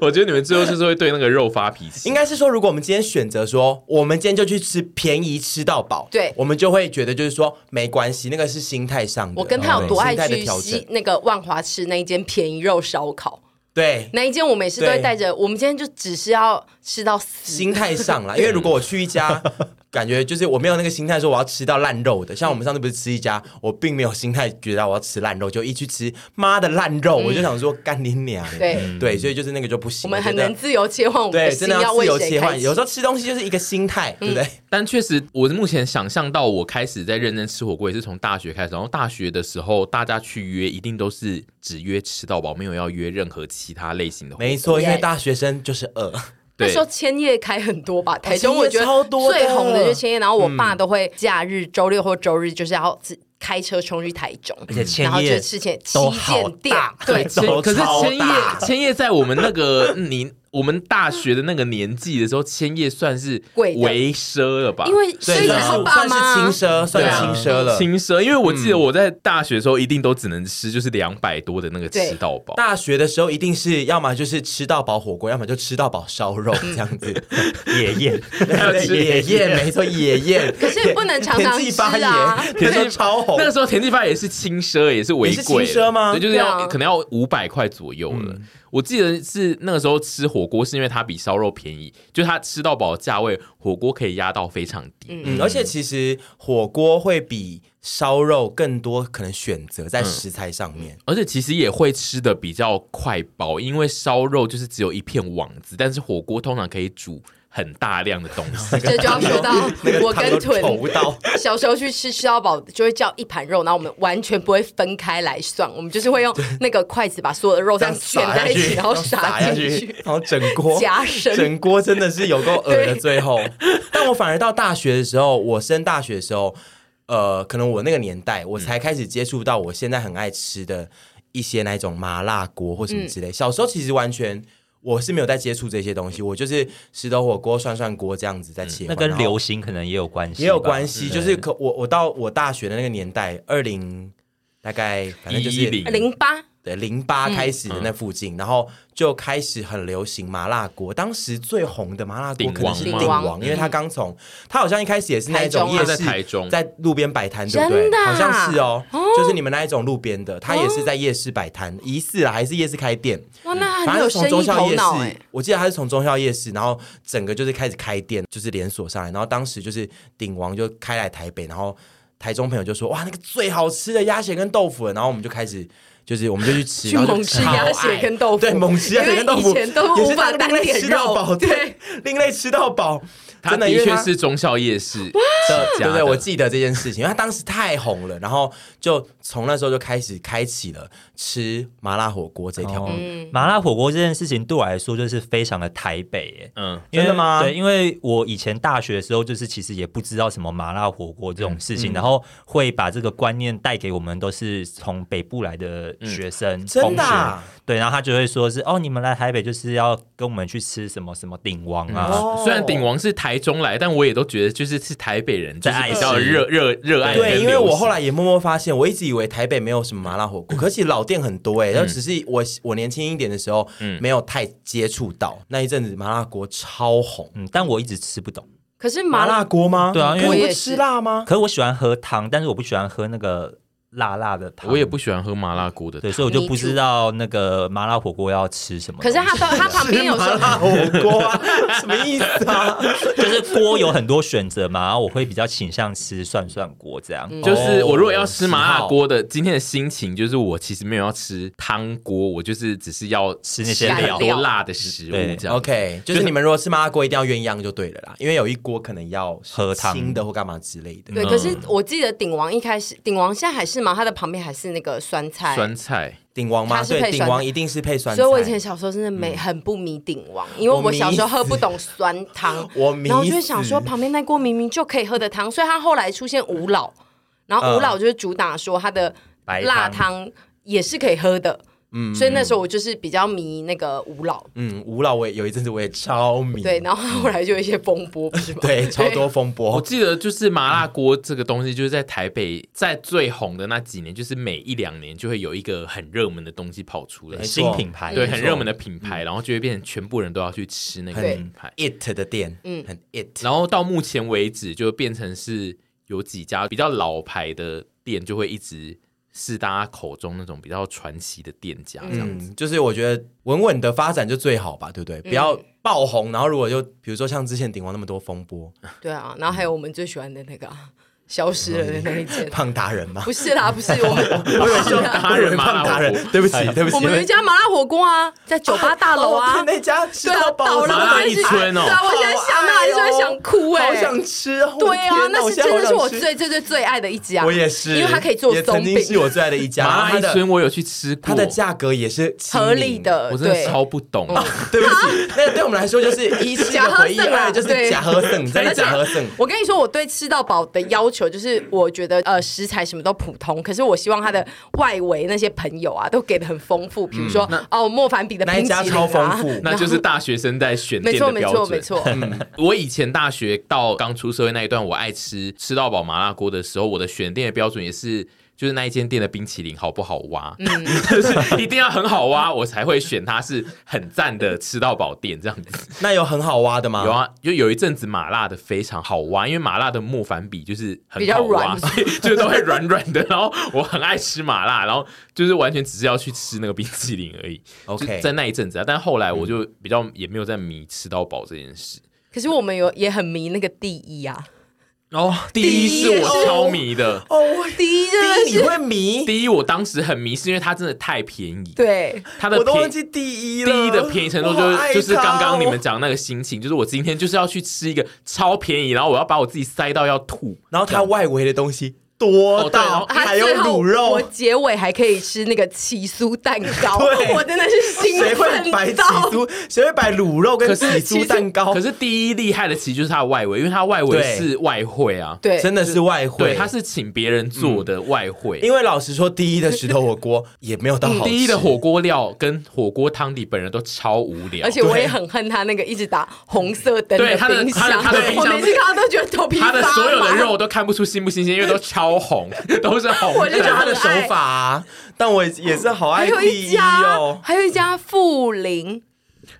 Speaker 3: 我觉得你们最后就是会对那个肉发脾气。
Speaker 2: 应该是说，如果我们今天选择说，我们今天就去吃便宜吃到饱，
Speaker 1: 对
Speaker 2: 我们就会觉得就是说没关系，那个是心态上的。哦
Speaker 1: 我跟他有多爱
Speaker 2: 心态的
Speaker 1: 去
Speaker 2: 调整
Speaker 1: 西，那个万华吃那一间便宜肉烧烤，
Speaker 2: 对。
Speaker 1: 那一间我每次都会
Speaker 2: 对
Speaker 1: 带着，我们今天就只是要吃到死。
Speaker 2: 心态 上啦，因为如果我去一家，感觉就是我没有那个心态说我要吃到烂肉的。像我们上次不是吃一家，我并没有心态觉得我要吃烂肉，就一去吃妈的烂肉，我就想说干你娘。
Speaker 1: 嗯对，
Speaker 2: 对，所以就是那个就不
Speaker 1: 我
Speaker 2: 行。
Speaker 1: 们很
Speaker 2: 觉得
Speaker 1: 能自由切换我们
Speaker 2: 对，
Speaker 1: 心嗯
Speaker 2: 真的要
Speaker 1: 为
Speaker 2: 自由
Speaker 1: 谁
Speaker 2: 切
Speaker 1: 开
Speaker 2: 换。有时
Speaker 1: 候
Speaker 2: 候吃东西就是一个心态，对不对？
Speaker 3: 但确实，我目前想象到我开始在认真吃火锅也是从大学开始。然后大学的时候，大家去约一定都是只约吃到饱，没有要约任何其他类型的火锅。
Speaker 2: 没错，因为
Speaker 1: Yes
Speaker 2: 大学生就是饿。
Speaker 1: 那
Speaker 3: 对
Speaker 1: 时候千叶开很多吧，台中
Speaker 2: 千叶
Speaker 1: 我觉
Speaker 2: 哦超
Speaker 1: 得
Speaker 2: 多的
Speaker 1: 最红的就是千叶，然后我爸都会假日周六或周日就是要自开车冲去台中，
Speaker 2: 嗯
Speaker 4: 而且千叶
Speaker 1: 然后就吃千旗
Speaker 4: 都好
Speaker 1: 舰店，对，
Speaker 3: 千
Speaker 2: 都
Speaker 3: 可是
Speaker 2: 超
Speaker 3: 千叶
Speaker 2: 大
Speaker 3: 千叶在我们那个 你我们大学的那个年纪的时候，千叶算是
Speaker 1: 贵的
Speaker 3: 为奢了吧？
Speaker 1: 因为所
Speaker 2: 对，
Speaker 1: 以
Speaker 2: 算
Speaker 1: 他
Speaker 2: 是
Speaker 1: 爸
Speaker 2: 算是
Speaker 1: 妈
Speaker 2: 轻奢，算
Speaker 3: 对啊
Speaker 2: 轻奢了。
Speaker 3: 轻奢，因为我
Speaker 2: 嗯
Speaker 3: 记得我在大学的时候一定都只能吃就是两百多的那个
Speaker 1: 对
Speaker 3: 吃到饱。
Speaker 2: 大学的时候一定是要么就是吃到饱火锅，要么就吃到饱烧肉这样子。
Speaker 4: 爷爷，
Speaker 3: 还有吃
Speaker 2: 野宴，没错，野宴。
Speaker 1: 可是也不能常常
Speaker 2: 田忌
Speaker 1: 吃
Speaker 2: 发
Speaker 1: 啊
Speaker 2: 言，那时候超红
Speaker 3: 那。个时候田忌发也是轻奢，也是违规
Speaker 2: 也是轻奢吗嗯
Speaker 3: 对，就是要、
Speaker 1: 对啊。
Speaker 3: 可能要五百块左右了。我记得是那个时候吃火锅，是因为它比烧肉便宜，就是它吃到饱的价位，火锅可以压到非常低。
Speaker 2: 嗯，而且其实火锅会比烧肉更多可能选择在食材上面。
Speaker 3: 而且其实也会吃的比较快饱，因为烧肉就是只有一片网子，但是火锅通常可以煮很大量的东西
Speaker 1: 这就要说到我跟
Speaker 2: 腿
Speaker 1: 屯
Speaker 2: 头到，
Speaker 1: 小时候去吃吃到饱，就会叫一盘肉，然后我们完全不会分开来算，我们就是会用那个筷子把所有的肉这样卷
Speaker 2: 撒
Speaker 1: 在
Speaker 2: 下
Speaker 1: 一
Speaker 2: 去，
Speaker 1: 起，然后
Speaker 2: 撒
Speaker 1: 撒
Speaker 2: 下
Speaker 1: 进
Speaker 2: 去
Speaker 1: 去，
Speaker 2: 然后整 锅
Speaker 1: 夹生。
Speaker 2: 整锅真的是有够恶的
Speaker 1: 对
Speaker 2: 最后。 但我反而到大学的时候，我升大学的时候，呃，可能我那个年代，我才开始接触到我现在很爱吃的一些那一种麻辣锅或什么
Speaker 4: 嗯
Speaker 2: 之类。小时候其实完全。我是没有在接触这些东西，我就是石头火锅、涮涮锅这样子在切换、
Speaker 4: 嗯那跟
Speaker 2: 然后
Speaker 4: 流行可能也有关系吧，
Speaker 2: 也有关系，就是可我我到我大学的那个年代，二零大概反正就是
Speaker 3: 110
Speaker 1: 零八
Speaker 2: 对零八开始的那附近，然后就开始很流行麻辣锅。当时最红的麻辣锅
Speaker 3: 鼎
Speaker 2: 可能是
Speaker 3: 王
Speaker 2: 鼎
Speaker 3: 吗
Speaker 1: 鼎
Speaker 2: 王，
Speaker 1: 王
Speaker 2: 因为他刚从他好像一开始也是那一种
Speaker 1: 台中
Speaker 2: 夜
Speaker 1: 啊
Speaker 2: 市，
Speaker 3: 他在台中
Speaker 2: 在路边摆摊，对不对
Speaker 1: 真？的啊
Speaker 2: 好像是哦，就是你们那一种路边的，他也是在夜市摆摊，疑似啊还是夜市开店。
Speaker 1: 哇，那很
Speaker 2: 反正
Speaker 1: 啊有
Speaker 2: 是从
Speaker 1: 生
Speaker 2: 中
Speaker 1: 意
Speaker 2: 校
Speaker 1: 头
Speaker 2: 夜
Speaker 1: 脑哎、
Speaker 2: 市，我记得他是从中校夜市，然后整个就是开始开店，就是连锁上来。然后当时就是鼎王就开来台北，然后台中朋友就说：“哇，那个最好吃的鸭血跟豆腐了。”然后我们就开始。就是我们就去吃，
Speaker 1: 去
Speaker 2: 然后就
Speaker 1: 猛吃
Speaker 2: 超
Speaker 1: 鸭血
Speaker 2: 爱
Speaker 1: 跟豆腐
Speaker 2: 对，猛吃鸭血跟豆腐，
Speaker 1: 因为以前都
Speaker 2: 也是
Speaker 1: 无法
Speaker 2: 在另类
Speaker 1: 单点
Speaker 2: 吃到
Speaker 1: 肉
Speaker 2: 饱，
Speaker 1: 对，
Speaker 2: 另类吃到 饱，
Speaker 3: 它
Speaker 2: 真的
Speaker 3: 的
Speaker 2: 因为
Speaker 3: 确
Speaker 2: 它
Speaker 3: 是中校 夜市
Speaker 2: 的，
Speaker 3: 起家
Speaker 2: 对对，
Speaker 3: 的
Speaker 2: 我记得这件事情，因为他当时太红了，然后就从那时候就开始开启了吃麻辣火锅这条
Speaker 3: 哦
Speaker 2: 路，
Speaker 4: 麻辣火锅这件事情对我来说就是非常的台北耶。
Speaker 3: 嗯，
Speaker 4: 因
Speaker 2: 真
Speaker 4: 为
Speaker 2: 的吗
Speaker 4: 对，因为我以前大学的时候，就是其实也不知道什么麻辣火锅这种事
Speaker 2: 嗯
Speaker 4: 情，然后会把这个观念带给我们都是从北部来的学生、同
Speaker 2: 真
Speaker 4: 学
Speaker 2: 的。啊、
Speaker 4: 对，然后他就会说是哦，你们来台北就是要跟我们去吃什么什么鼎王啊，
Speaker 2: 哦
Speaker 3: 虽然鼎王是台中来，但我也都觉得就是是台北人，就是
Speaker 4: 在爱
Speaker 3: 比较
Speaker 4: 吃
Speaker 3: 热热热爱跟流
Speaker 2: 对，因
Speaker 3: 行。
Speaker 2: 为我后来也默默发现，我一直以为台北没有什么麻辣火锅，可是老店很多哎、欸，然后只是我我年轻一点的时候，没有太接触到那一阵子麻辣锅超红。
Speaker 4: 嗯，但我一直吃不懂。
Speaker 1: 可是
Speaker 2: 麻
Speaker 1: 麻辣
Speaker 2: 辣锅吗？
Speaker 4: 对啊因为
Speaker 2: 可
Speaker 1: 我
Speaker 2: 你
Speaker 1: 也
Speaker 2: 不
Speaker 1: 是
Speaker 2: 吃辣 吗？
Speaker 4: 可是我喜欢喝汤，但是我不喜欢喝那个辣辣的汤。
Speaker 3: 我也不喜欢喝麻辣锅的汤
Speaker 4: 对，，所以我就
Speaker 1: Me
Speaker 4: 不知
Speaker 1: too
Speaker 4: 道那个麻辣火锅要吃 什么
Speaker 1: 可
Speaker 4: 东
Speaker 1: 是
Speaker 4: 西。
Speaker 1: 他 到他旁边有时
Speaker 2: 麻
Speaker 1: 候
Speaker 2: 辣火锅啊，什么意思啊？
Speaker 4: 就是锅有很多选择嘛，然后我会比较倾向吃涮涮锅这样。
Speaker 3: 就是
Speaker 2: 哦
Speaker 3: 我如果要吃麻
Speaker 2: 十
Speaker 3: 辣
Speaker 2: 号
Speaker 3: 锅的，今天的心情就是我其实没有要吃汤锅，我就是只是要
Speaker 4: 吃那些
Speaker 3: 很
Speaker 1: 料
Speaker 3: 多辣的食物
Speaker 4: 对
Speaker 3: 这样。
Speaker 2: OK，就是你们如果吃麻辣锅，一定要鸳鸯就对了啦，因为有一锅可能要
Speaker 4: 喝汤
Speaker 2: 清的或干嘛之类的。
Speaker 1: 对，可是我记得鼎王一开始，鼎王现在还是吗？他的旁边还是那个酸菜，
Speaker 3: 酸菜，
Speaker 2: 鼎王吗？
Speaker 1: 它是配
Speaker 2: 对，鼎
Speaker 1: 酸
Speaker 2: 王
Speaker 1: 菜
Speaker 2: 一定是配酸菜。
Speaker 1: 所以我以前小时候真的没、很不迷鼎王，因为
Speaker 2: 我
Speaker 1: 我小
Speaker 2: 迷
Speaker 1: 时候喝不懂酸汤，
Speaker 2: 我迷
Speaker 1: 然后我就会想
Speaker 2: 死
Speaker 1: 说旁边那锅明明就可以喝的汤，所以它后来出现五老，然后五
Speaker 2: 嗯
Speaker 1: 老就是主打说它的
Speaker 4: 白
Speaker 1: 辣
Speaker 4: 汤
Speaker 1: 汤也是可以喝的，嗯，所以那时候我就是比较迷那个五老，
Speaker 2: 嗯，吴老我也有一阵子我也超迷，
Speaker 1: 对，然后后来就有一些风波，不是吗？
Speaker 2: 对，超多风
Speaker 3: 我
Speaker 2: 波。
Speaker 3: 记得就是麻辣锅这个东西，就是在台北在最红的那几年，就是每一两年就会有一个很热门的东西跑出来
Speaker 2: 没，错嗯
Speaker 4: 新品牌，
Speaker 3: 对，
Speaker 4: 没错
Speaker 3: 很热门的品牌，然后就会变成全部人都要去吃那个
Speaker 1: 对
Speaker 3: 品牌。
Speaker 2: it 的店，嗯，很 it，
Speaker 3: 然后到目前为止，就变成是有几家比较老牌的店，就会一直是大家口中那种比较传奇的店家 这样。
Speaker 2: 嗯，就是我觉得稳稳的发展就最好吧，对不对？
Speaker 1: 嗯
Speaker 2: 不要爆红，然后如果就比如说像之前鼎王那么多风波，
Speaker 1: 对啊，然后还有我们最喜欢的那个啊消失了的那一 间，
Speaker 2: 胖达人 嘛，
Speaker 1: 不是啦，不是我们，我
Speaker 3: 是有达人麻
Speaker 2: 胖
Speaker 3: 辣火锅
Speaker 2: 达人，对不起，对不起，
Speaker 1: 我们有一家麻辣火锅啊，在酒吧大楼啊
Speaker 2: 哦，对那家吃
Speaker 1: 对啊
Speaker 2: 到，
Speaker 1: 倒
Speaker 2: 饱
Speaker 1: 了，
Speaker 3: 麻
Speaker 1: 我
Speaker 3: 辣
Speaker 1: 真的是
Speaker 3: 一村哦
Speaker 1: 对啊，我现在想到还是会想哭哎、
Speaker 2: 哦好想吃哦！
Speaker 1: 对
Speaker 2: 我
Speaker 1: 啊，
Speaker 2: 天哪
Speaker 1: 那
Speaker 2: 我
Speaker 1: 是
Speaker 2: 现在
Speaker 1: 真的
Speaker 2: 好
Speaker 1: 是
Speaker 2: 想
Speaker 1: 我
Speaker 2: 吃
Speaker 1: 最最最最爱的一家，
Speaker 2: 我也是，
Speaker 1: 因为它可以做
Speaker 2: 也
Speaker 1: 松
Speaker 2: 曾
Speaker 1: 饼
Speaker 2: 经，是我最爱的一家，
Speaker 3: 麻
Speaker 2: 然
Speaker 3: 辣
Speaker 2: 后
Speaker 3: 一
Speaker 2: 它
Speaker 3: 村
Speaker 2: 的
Speaker 3: 我有去吃过，
Speaker 2: 它的价嗯格也是亲民
Speaker 1: 合理，的，
Speaker 3: 我真的
Speaker 1: 对
Speaker 3: 超不懂。
Speaker 2: 对不起，那个对我们来说就是一是 一
Speaker 1: 假
Speaker 2: 个
Speaker 1: 喝
Speaker 2: 回忆，
Speaker 1: 剩啊
Speaker 2: 二就是
Speaker 1: 对
Speaker 2: 假喝剩，真的假喝剩。
Speaker 1: 我跟你说，我对吃到饱的要求就是，我觉得呃食材什么都普通，可是我希望它的外围那些朋友啊都给的很丰富，比如说、哦莫凡比的
Speaker 2: 嗯那一
Speaker 1: 冰淇淋、
Speaker 2: 家
Speaker 1: 啊、
Speaker 2: 超丰富，
Speaker 3: 那就是大学生在选
Speaker 1: 没
Speaker 3: 店
Speaker 1: 错
Speaker 3: 的
Speaker 1: 没
Speaker 3: 标
Speaker 1: 错
Speaker 3: 准。
Speaker 1: 没错，
Speaker 2: 嗯
Speaker 3: 我以前大学到刚出社会那一段，我爱吃吃到饱麻辣锅的时候，我的选店的标准也是。就是那一间店的冰淇淋好不好挖，
Speaker 1: 嗯
Speaker 3: 就是一定要很好挖，我才会选它是很赞的吃到饱店这样子。
Speaker 2: 那有很好挖的吗？
Speaker 3: 有，啊，就有一阵子麻辣的非常好挖，因为麻辣的莫凡比就是很
Speaker 1: 比较
Speaker 3: 好挖，
Speaker 1: 软
Speaker 3: 所以 就都会软软的。然后我很爱吃麻辣，然后就是完全只是要去吃那个冰淇淋而已。
Speaker 2: OK
Speaker 3: 就在那一阵子啊，但后来我就比较也没有在迷吃到饱这件事。
Speaker 1: 可是我们有也很迷那个第一啊，
Speaker 3: 哦，第一是
Speaker 1: 也
Speaker 3: 我
Speaker 1: 是
Speaker 3: 超迷的，
Speaker 2: 哦，我
Speaker 1: 第一真的
Speaker 2: 第一你
Speaker 1: 是
Speaker 2: 会迷，
Speaker 3: 第一我当时很迷，是因为它真的太便宜，
Speaker 1: 对，
Speaker 3: 它的
Speaker 2: 我都
Speaker 3: 便
Speaker 2: 忘
Speaker 3: 宜。
Speaker 2: 记第一了。
Speaker 3: 第一的便宜程度
Speaker 2: 我
Speaker 3: 就
Speaker 2: 好爱
Speaker 3: 是就是
Speaker 2: 它哦
Speaker 3: 刚刚你们，讲那个心情，就是我今天就是要去吃一个超便宜，然后我要把我自己塞到要吐，
Speaker 2: 然后它外围的东西多到
Speaker 3: 哦对
Speaker 1: 啊
Speaker 2: 还有
Speaker 1: 最后
Speaker 2: 卤肉
Speaker 1: 我，结尾还可以吃那个起酥蛋糕，
Speaker 2: 对
Speaker 1: 我真的是兴
Speaker 2: 谁会
Speaker 1: 奋
Speaker 2: 摆起
Speaker 1: 到。
Speaker 2: 酥？谁会摆卤肉跟
Speaker 3: 可
Speaker 2: 起
Speaker 3: 是
Speaker 2: 酥蛋糕
Speaker 3: 可？是第一厉害的其实就是它的外围，因为它外围
Speaker 2: 对
Speaker 3: 是外汇啊，
Speaker 1: 对，
Speaker 2: 真的是外汇，
Speaker 3: 对，它是请别人做的外汇。
Speaker 2: 因为老实说，第一的石头火锅也没有到好吃。
Speaker 3: 嗯第一的火锅料跟火锅汤底本人都超无聊，
Speaker 1: 而且我也很恨他那个一直打红色灯
Speaker 3: 对他的
Speaker 1: 冰
Speaker 3: 他的
Speaker 1: 箱，
Speaker 3: 他的冰
Speaker 1: 我
Speaker 3: 箱
Speaker 1: 每次看到都觉得头皮
Speaker 3: 它的
Speaker 1: 发
Speaker 3: 所有的
Speaker 1: 麻
Speaker 3: 肉都看不出新不新鲜，因为都超红，都是红
Speaker 1: 我
Speaker 3: 的
Speaker 1: 就。觉得
Speaker 2: 他的手法、啊，但我也是好
Speaker 1: 还
Speaker 2: 爱
Speaker 1: 有
Speaker 2: 第
Speaker 1: 一
Speaker 2: 一
Speaker 1: 家
Speaker 2: 哦，。
Speaker 1: 还有一家富林，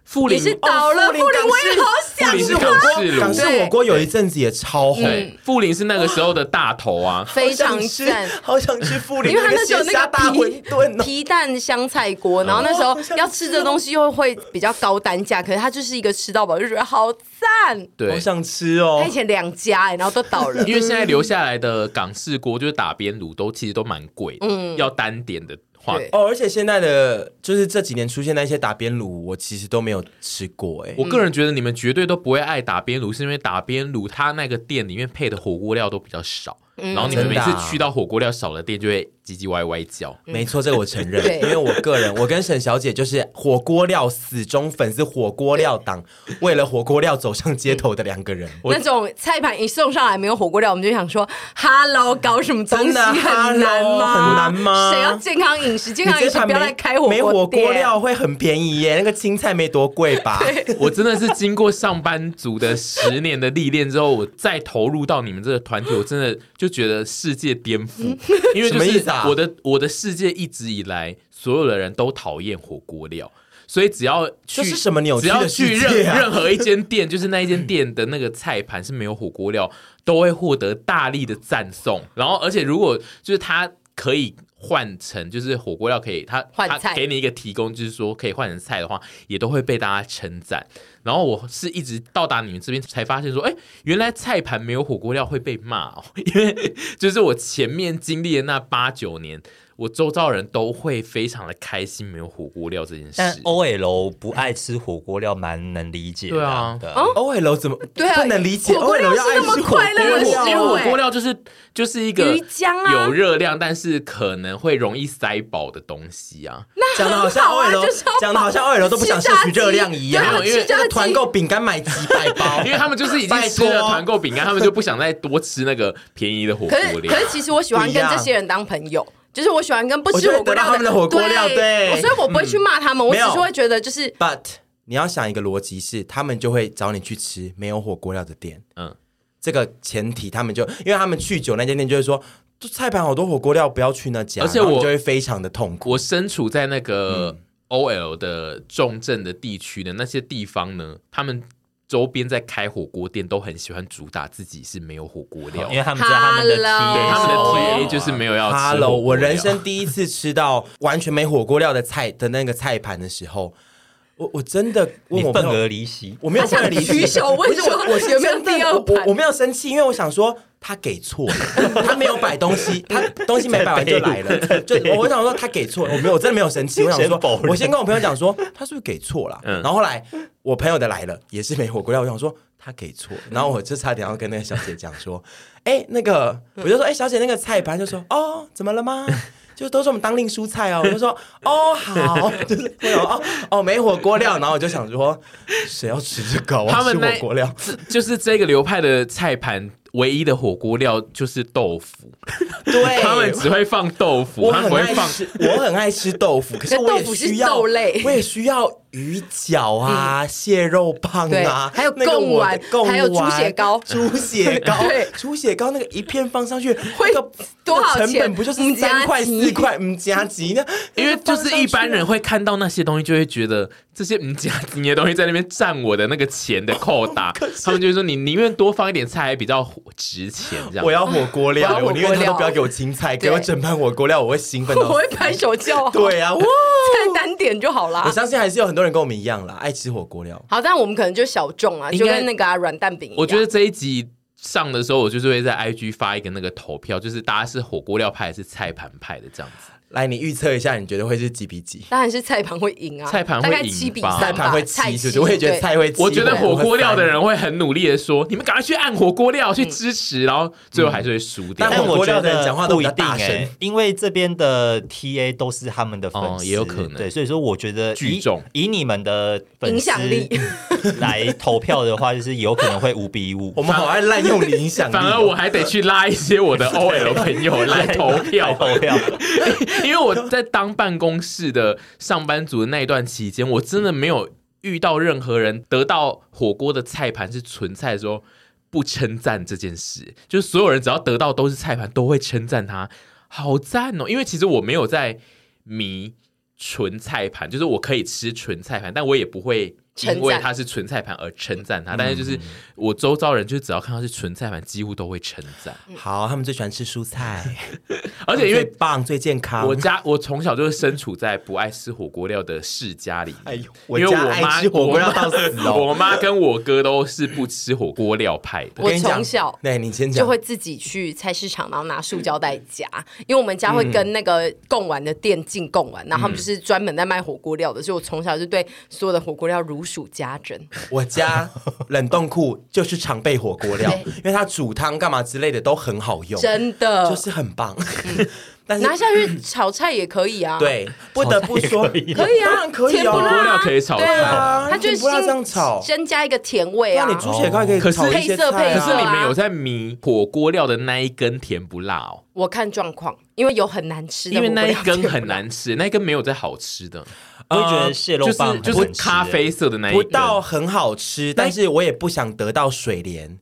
Speaker 3: 富
Speaker 1: 也
Speaker 3: 林哦
Speaker 1: 是倒了。
Speaker 2: 哦
Speaker 1: 富
Speaker 2: 富
Speaker 1: 林
Speaker 2: 林
Speaker 1: 我也好想
Speaker 3: 富林是
Speaker 1: 喝，
Speaker 3: 港式
Speaker 2: 港式
Speaker 3: 炉，
Speaker 1: 对
Speaker 2: 火锅有一阵子也超红，
Speaker 3: 对，富林是那个时候的大头 啊。
Speaker 1: 非
Speaker 2: 想
Speaker 1: 常
Speaker 2: 吃
Speaker 1: 赞。，
Speaker 2: 好想吃富 林
Speaker 1: 因为他
Speaker 2: 那
Speaker 1: 那时候
Speaker 2: 鲜虾大
Speaker 1: 那个
Speaker 2: 馄
Speaker 1: 皮
Speaker 2: 饨哦。
Speaker 1: 皮蛋香菜锅，然后那时
Speaker 2: 哦好
Speaker 1: 候
Speaker 2: 想
Speaker 1: 要吃的东西又会比较高单价，可是它就是一个吃到饱就觉得好赞。
Speaker 3: 对
Speaker 2: 好，想吃哦
Speaker 1: 他以！前两家欸，然后都倒了
Speaker 3: 因。为现在留下来的港式锅就是打边炉，都其实都蛮贵的。嗯，要单点的话，
Speaker 1: 对
Speaker 2: 哦，而且现在的就是这几年出现的一些打边炉，我其实都没有吃过哎、
Speaker 1: 嗯
Speaker 3: 我个人觉得你们绝对都不会爱打边炉，是因为打边炉它那个店里面配的火锅料都比较少，然后你们每
Speaker 2: 真的
Speaker 3: 次
Speaker 2: 啊
Speaker 3: 去到火锅料少的店就会唧唧歪歪叫。
Speaker 2: 没错，这个我承认，
Speaker 1: 对
Speaker 2: 因为我个人，我跟沈小姐就是火锅料死忠粉丝，火锅料党，为了火锅料走上街头的两个人。
Speaker 1: 那种菜盘一送上来没有火锅料，我们就想说，Hello，搞什么东西
Speaker 2: 真的
Speaker 1: 很难
Speaker 2: hello，
Speaker 1: 吗？
Speaker 2: 很难吗
Speaker 1: 谁要健康饮食？健
Speaker 2: 你
Speaker 1: 康饮
Speaker 2: 这
Speaker 1: 食
Speaker 2: 盘
Speaker 1: 不要
Speaker 2: 没
Speaker 1: 来开火锅
Speaker 2: 没
Speaker 1: 店。
Speaker 2: 火锅料会很便宜耶，那个青菜没多贵 吧？
Speaker 3: 我真的是经过上班族的十年的历练之后，我再投入到你们这个团体，我真的就觉得世界颠覆，因为
Speaker 2: 什
Speaker 3: 就
Speaker 2: 么意
Speaker 3: 是
Speaker 2: 思啊
Speaker 3: 我的我的世界一直以来，所有的人都讨厌火锅料。所以只要
Speaker 2: 这
Speaker 3: 去
Speaker 2: 是什么扭
Speaker 3: 只
Speaker 2: 曲
Speaker 3: 要
Speaker 2: 的
Speaker 3: 去
Speaker 2: 世
Speaker 3: 任
Speaker 2: 界啊
Speaker 3: 任何一间店， 就是那一间店的那个菜盘是没有火锅料，都会获得大力的赞颂。然后，而且如果就是它可以换成就是火锅料可以它
Speaker 1: 换
Speaker 3: 它
Speaker 1: 菜
Speaker 3: 给你一个提供，就是说可以换成菜的话，也都会被大家称赞。然后我是一直到达你们这边才发现说，哎，原来菜盘没有火锅料会被骂哦， 因为就是我前面经历的那八九年，我周遭人都会非常的开心没有火锅料这件
Speaker 4: 但
Speaker 3: 事。
Speaker 4: OL 不爱吃火锅料，蛮能理解的。
Speaker 3: 对啊
Speaker 4: 对
Speaker 1: 哦
Speaker 2: OL 哎怎么
Speaker 1: 对啊
Speaker 2: 不能理解
Speaker 1: 火锅
Speaker 2: ？OL
Speaker 1: 料
Speaker 2: 要爱
Speaker 1: 是那么
Speaker 2: 吃火
Speaker 1: 快乐的
Speaker 2: 锅
Speaker 1: 事
Speaker 2: 料
Speaker 1: 情
Speaker 2: 啊
Speaker 1: 哎
Speaker 3: 火锅料就是就是一个
Speaker 1: 鱼浆啊
Speaker 3: 有热量，但是可能会容易塞饱的东西啊。，
Speaker 2: 讲的好像
Speaker 1: 很好啊
Speaker 2: OL，
Speaker 1: 就是要
Speaker 2: 讲的好像 OL 都不想摄取热量一样
Speaker 1: 吃炸，鸡
Speaker 2: 因
Speaker 1: 对啊
Speaker 2: 为
Speaker 1: 吃炸
Speaker 2: 那
Speaker 1: 鸡
Speaker 2: 个团购饼干买几百包
Speaker 3: 因为他们啊就是已经吃
Speaker 2: 拜
Speaker 3: 了
Speaker 2: 托
Speaker 3: 团购饼干，他们就不想再多吃那个便宜的火
Speaker 1: 可
Speaker 3: 锅
Speaker 1: 是
Speaker 3: 料
Speaker 1: 可。是其实我喜欢跟这些人当朋友。就是我喜欢跟不吃火锅料
Speaker 2: 我就会得到他们的火锅料对嗯
Speaker 1: 我所以我不会去骂他们，我只
Speaker 2: 没有
Speaker 1: 是会觉得就是，
Speaker 2: But 你要想一个逻辑是，他们就会找你去吃没有火锅料的店。
Speaker 3: 嗯
Speaker 2: 嗯，这个前提他们就，因为他们去酒那间店就会说，这菜盘好多火锅料，不要去那家，
Speaker 3: 而且
Speaker 2: 然后你
Speaker 3: 我
Speaker 2: 就会非常的痛苦。
Speaker 3: 我身处在那
Speaker 2: 嗯
Speaker 3: 个 OL 的重症的地区的那些地方呢，他们周边在开火锅店都很喜欢主打自己是没有火锅料，
Speaker 4: 因为他们知道他们的 T，
Speaker 1: Hello
Speaker 3: 对他们的
Speaker 1: 哦
Speaker 3: TA 就是没有要吃火锅料
Speaker 2: Hello，我人生第一次吃到完全没火锅料的菜的那个菜盘的时候，我我真的问
Speaker 4: 你
Speaker 2: 我朋
Speaker 4: 份
Speaker 2: 友
Speaker 4: 额离席。
Speaker 2: 我没有办理解，
Speaker 1: 举手问
Speaker 2: 不是
Speaker 1: 说
Speaker 2: 我我
Speaker 1: 有没有
Speaker 2: 真的
Speaker 1: 第二
Speaker 2: 我
Speaker 1: 盘
Speaker 2: 我没有生气，因为我想说他给错了， 他没有摆东西，他东西没摆完就来了，就我想说他给错了，我没有我真的没有生气，我想
Speaker 4: 先否
Speaker 2: 说
Speaker 4: 认
Speaker 2: 我先哎跟我朋友讲说 他是不是给错了，啊
Speaker 3: 嗯
Speaker 2: 然后后来我朋友的来了也是没火锅料，我想说他给错了，然后我就差点要跟那个小姐讲说，哎那个我就说哎小姐那个菜盘就说哦怎么了吗？ 就都是我们当令蔬菜哦，我就说哦好， 就是我想哦哦没火锅料，然后我就想说谁要吃这个啊？我
Speaker 3: 他
Speaker 2: 要
Speaker 3: 们
Speaker 2: 吃
Speaker 3: 那
Speaker 2: 火锅 料，
Speaker 3: 这就是这个流派的菜盘。唯一的火锅料就是豆腐，
Speaker 2: 对
Speaker 3: 他们只会放豆腐，
Speaker 2: 我
Speaker 3: 他
Speaker 2: 很
Speaker 3: 们不会
Speaker 2: 爱
Speaker 3: 放
Speaker 2: 吃，我很爱吃 豆腐，可是我也
Speaker 1: 豆腐是
Speaker 2: 需要
Speaker 1: 豆类嗯
Speaker 2: 我也需要鱼饺啊、蟹肉棒
Speaker 1: 对
Speaker 2: 啊，
Speaker 1: 还有
Speaker 2: 那个
Speaker 1: 贡
Speaker 2: 我
Speaker 1: 丸
Speaker 2: 的贡
Speaker 1: 还有猪血糕
Speaker 2: 猪血糕
Speaker 1: 对，
Speaker 2: 猪血糕那个一片放上去
Speaker 1: 会
Speaker 2: 那个
Speaker 1: 多少
Speaker 2: 那个成
Speaker 1: 钱
Speaker 2: 本不就
Speaker 1: 嗯
Speaker 2: 是
Speaker 1: 加
Speaker 2: 三块
Speaker 1: 急
Speaker 2: 四块？嗯，加急呢？
Speaker 3: 因为就是一般人会看到那些东西，就会觉得这些嗯假你的东西在那边占我的那个钱的扣 打，他们就会说你宁愿多放一点菜，还比较值钱这样。
Speaker 2: 我要火锅
Speaker 1: 我
Speaker 2: 料，
Speaker 1: 要火锅料
Speaker 2: 我宁愿他都不要给我青菜，给我
Speaker 1: 对
Speaker 2: 整盘火锅料，我会兴奋
Speaker 1: 我
Speaker 2: 到死。
Speaker 1: 会拍手叫好，
Speaker 2: 对啊，哇！
Speaker 1: 菜单点就好
Speaker 2: 我
Speaker 1: 啦。
Speaker 2: 相信还是有很多人跟我们一样啦，爱吃火锅料。
Speaker 1: 好，但我们可能就小众啊，
Speaker 3: 应
Speaker 1: 就
Speaker 3: 该
Speaker 1: 跟那个啊软蛋饼一样。
Speaker 3: 我觉得这一集上的时候，我就是会在 IG 发一个那个投票，就是大家是火锅料派还是菜盘派的这样子。
Speaker 2: 来，你预测一下，你觉得会是几比几？
Speaker 1: 当然是菜盘会赢啊，
Speaker 3: 菜盘会
Speaker 1: 大
Speaker 3: 赢吧
Speaker 1: 概七比三吧，
Speaker 2: 菜盘会
Speaker 1: 菜
Speaker 2: 七，是不是？我也觉得
Speaker 1: 对
Speaker 2: 菜会七。
Speaker 3: 我觉得火锅料的
Speaker 2: 人。
Speaker 3: 人会很努力的说，你们赶快去按火锅料去支持，然后最后还是会输掉。
Speaker 2: 但
Speaker 4: 嗯但
Speaker 2: 火
Speaker 4: 我
Speaker 2: 锅料
Speaker 4: 觉
Speaker 2: 的人
Speaker 4: 得
Speaker 2: 讲话都
Speaker 4: 不
Speaker 2: 比
Speaker 4: 一
Speaker 2: 较
Speaker 4: 定
Speaker 2: 大声
Speaker 4: 欸因为这边的 TA 都是他们的粉
Speaker 3: 哦
Speaker 4: 丝，
Speaker 3: 也有可能
Speaker 4: 对，所以说我觉得以
Speaker 3: 聚众
Speaker 4: 以你们的粉丝
Speaker 1: 影响力
Speaker 4: 来投票的话，就是有可能会五比五
Speaker 2: 我。们好爱滥用你影响力哦。
Speaker 3: 反而我还得去拉一些我的 OL 朋友来投
Speaker 4: 来
Speaker 3: 票，
Speaker 4: 投票，
Speaker 3: 因为我在当办公室的上班族的那一段期间，我真的没有遇到任何人得到火锅的菜盘是纯菜的时候不称赞这件事，就是所有人只要得到都是菜盘，都会称赞它，好赞哦！因为其实我没有在迷纯菜盘，就是我可以吃纯菜盘，但我也不会。因为它是纯菜盘而称赞它，但是就是我周遭人，就是只要看到是纯菜盘，几乎都会称赞。
Speaker 2: 好，他们最喜欢吃蔬菜，
Speaker 3: 而且因为
Speaker 2: 最棒最健康。
Speaker 3: 我家我从小就是身处在不爱吃火锅料的世家里
Speaker 2: 哎
Speaker 3: 面，
Speaker 2: 呦
Speaker 3: 因为
Speaker 2: 我家
Speaker 3: 我妈
Speaker 2: 爱吃火锅料
Speaker 3: 我妈
Speaker 2: 到死哦
Speaker 3: 我妈跟我哥都是不吃火锅料派的。
Speaker 1: 我
Speaker 2: 跟你讲
Speaker 1: 从小
Speaker 2: 对你先讲，
Speaker 1: 就会自己去菜市场，然后拿塑胶袋夹，因为我们家会跟那个贡丸的店进贡丸，然后他们就是专门在卖火锅料的，所以我从小就对所有的火锅料如数家珍。
Speaker 2: 我家冷冻库就是常备火锅料，因为它煮汤干嘛之类的都很好用，
Speaker 1: 真的，嗯
Speaker 2: 就是很棒。 但是
Speaker 1: 拿下去炒菜也可以啊。，
Speaker 2: 对，不得不说，可以
Speaker 1: 可以啊
Speaker 2: 当然可以
Speaker 1: 甜不
Speaker 3: 火
Speaker 1: 辣
Speaker 3: 锅
Speaker 2: 哦。
Speaker 3: 料可以炒
Speaker 1: 对
Speaker 2: 对
Speaker 3: 菜，
Speaker 2: 啊，
Speaker 1: 它就是
Speaker 2: 你不要这样炒。
Speaker 1: 增加一个甜味啊
Speaker 2: 那。你猪血糕也可
Speaker 3: 哦可
Speaker 2: 以炒一
Speaker 3: 是
Speaker 1: 配
Speaker 2: 些菜
Speaker 1: 色配色
Speaker 3: 可
Speaker 2: 啊
Speaker 3: 是
Speaker 1: 啊
Speaker 3: 你们有在迷火锅料的那一根甜不辣哦，
Speaker 1: 我看状况，因为有很难吃的
Speaker 3: 因
Speaker 1: 火
Speaker 3: 为
Speaker 1: 锅料
Speaker 3: 那
Speaker 1: 店，
Speaker 3: 一根很难吃，那一根没有在好吃的，
Speaker 4: 我会觉得蟹肉
Speaker 3: 就
Speaker 4: 棒
Speaker 3: 是
Speaker 4: 很欸
Speaker 3: 就是
Speaker 4: 难吃
Speaker 3: 咖啡色的那一
Speaker 2: 不
Speaker 3: 根。
Speaker 2: 到很好吃，但是我也不想得到水莲。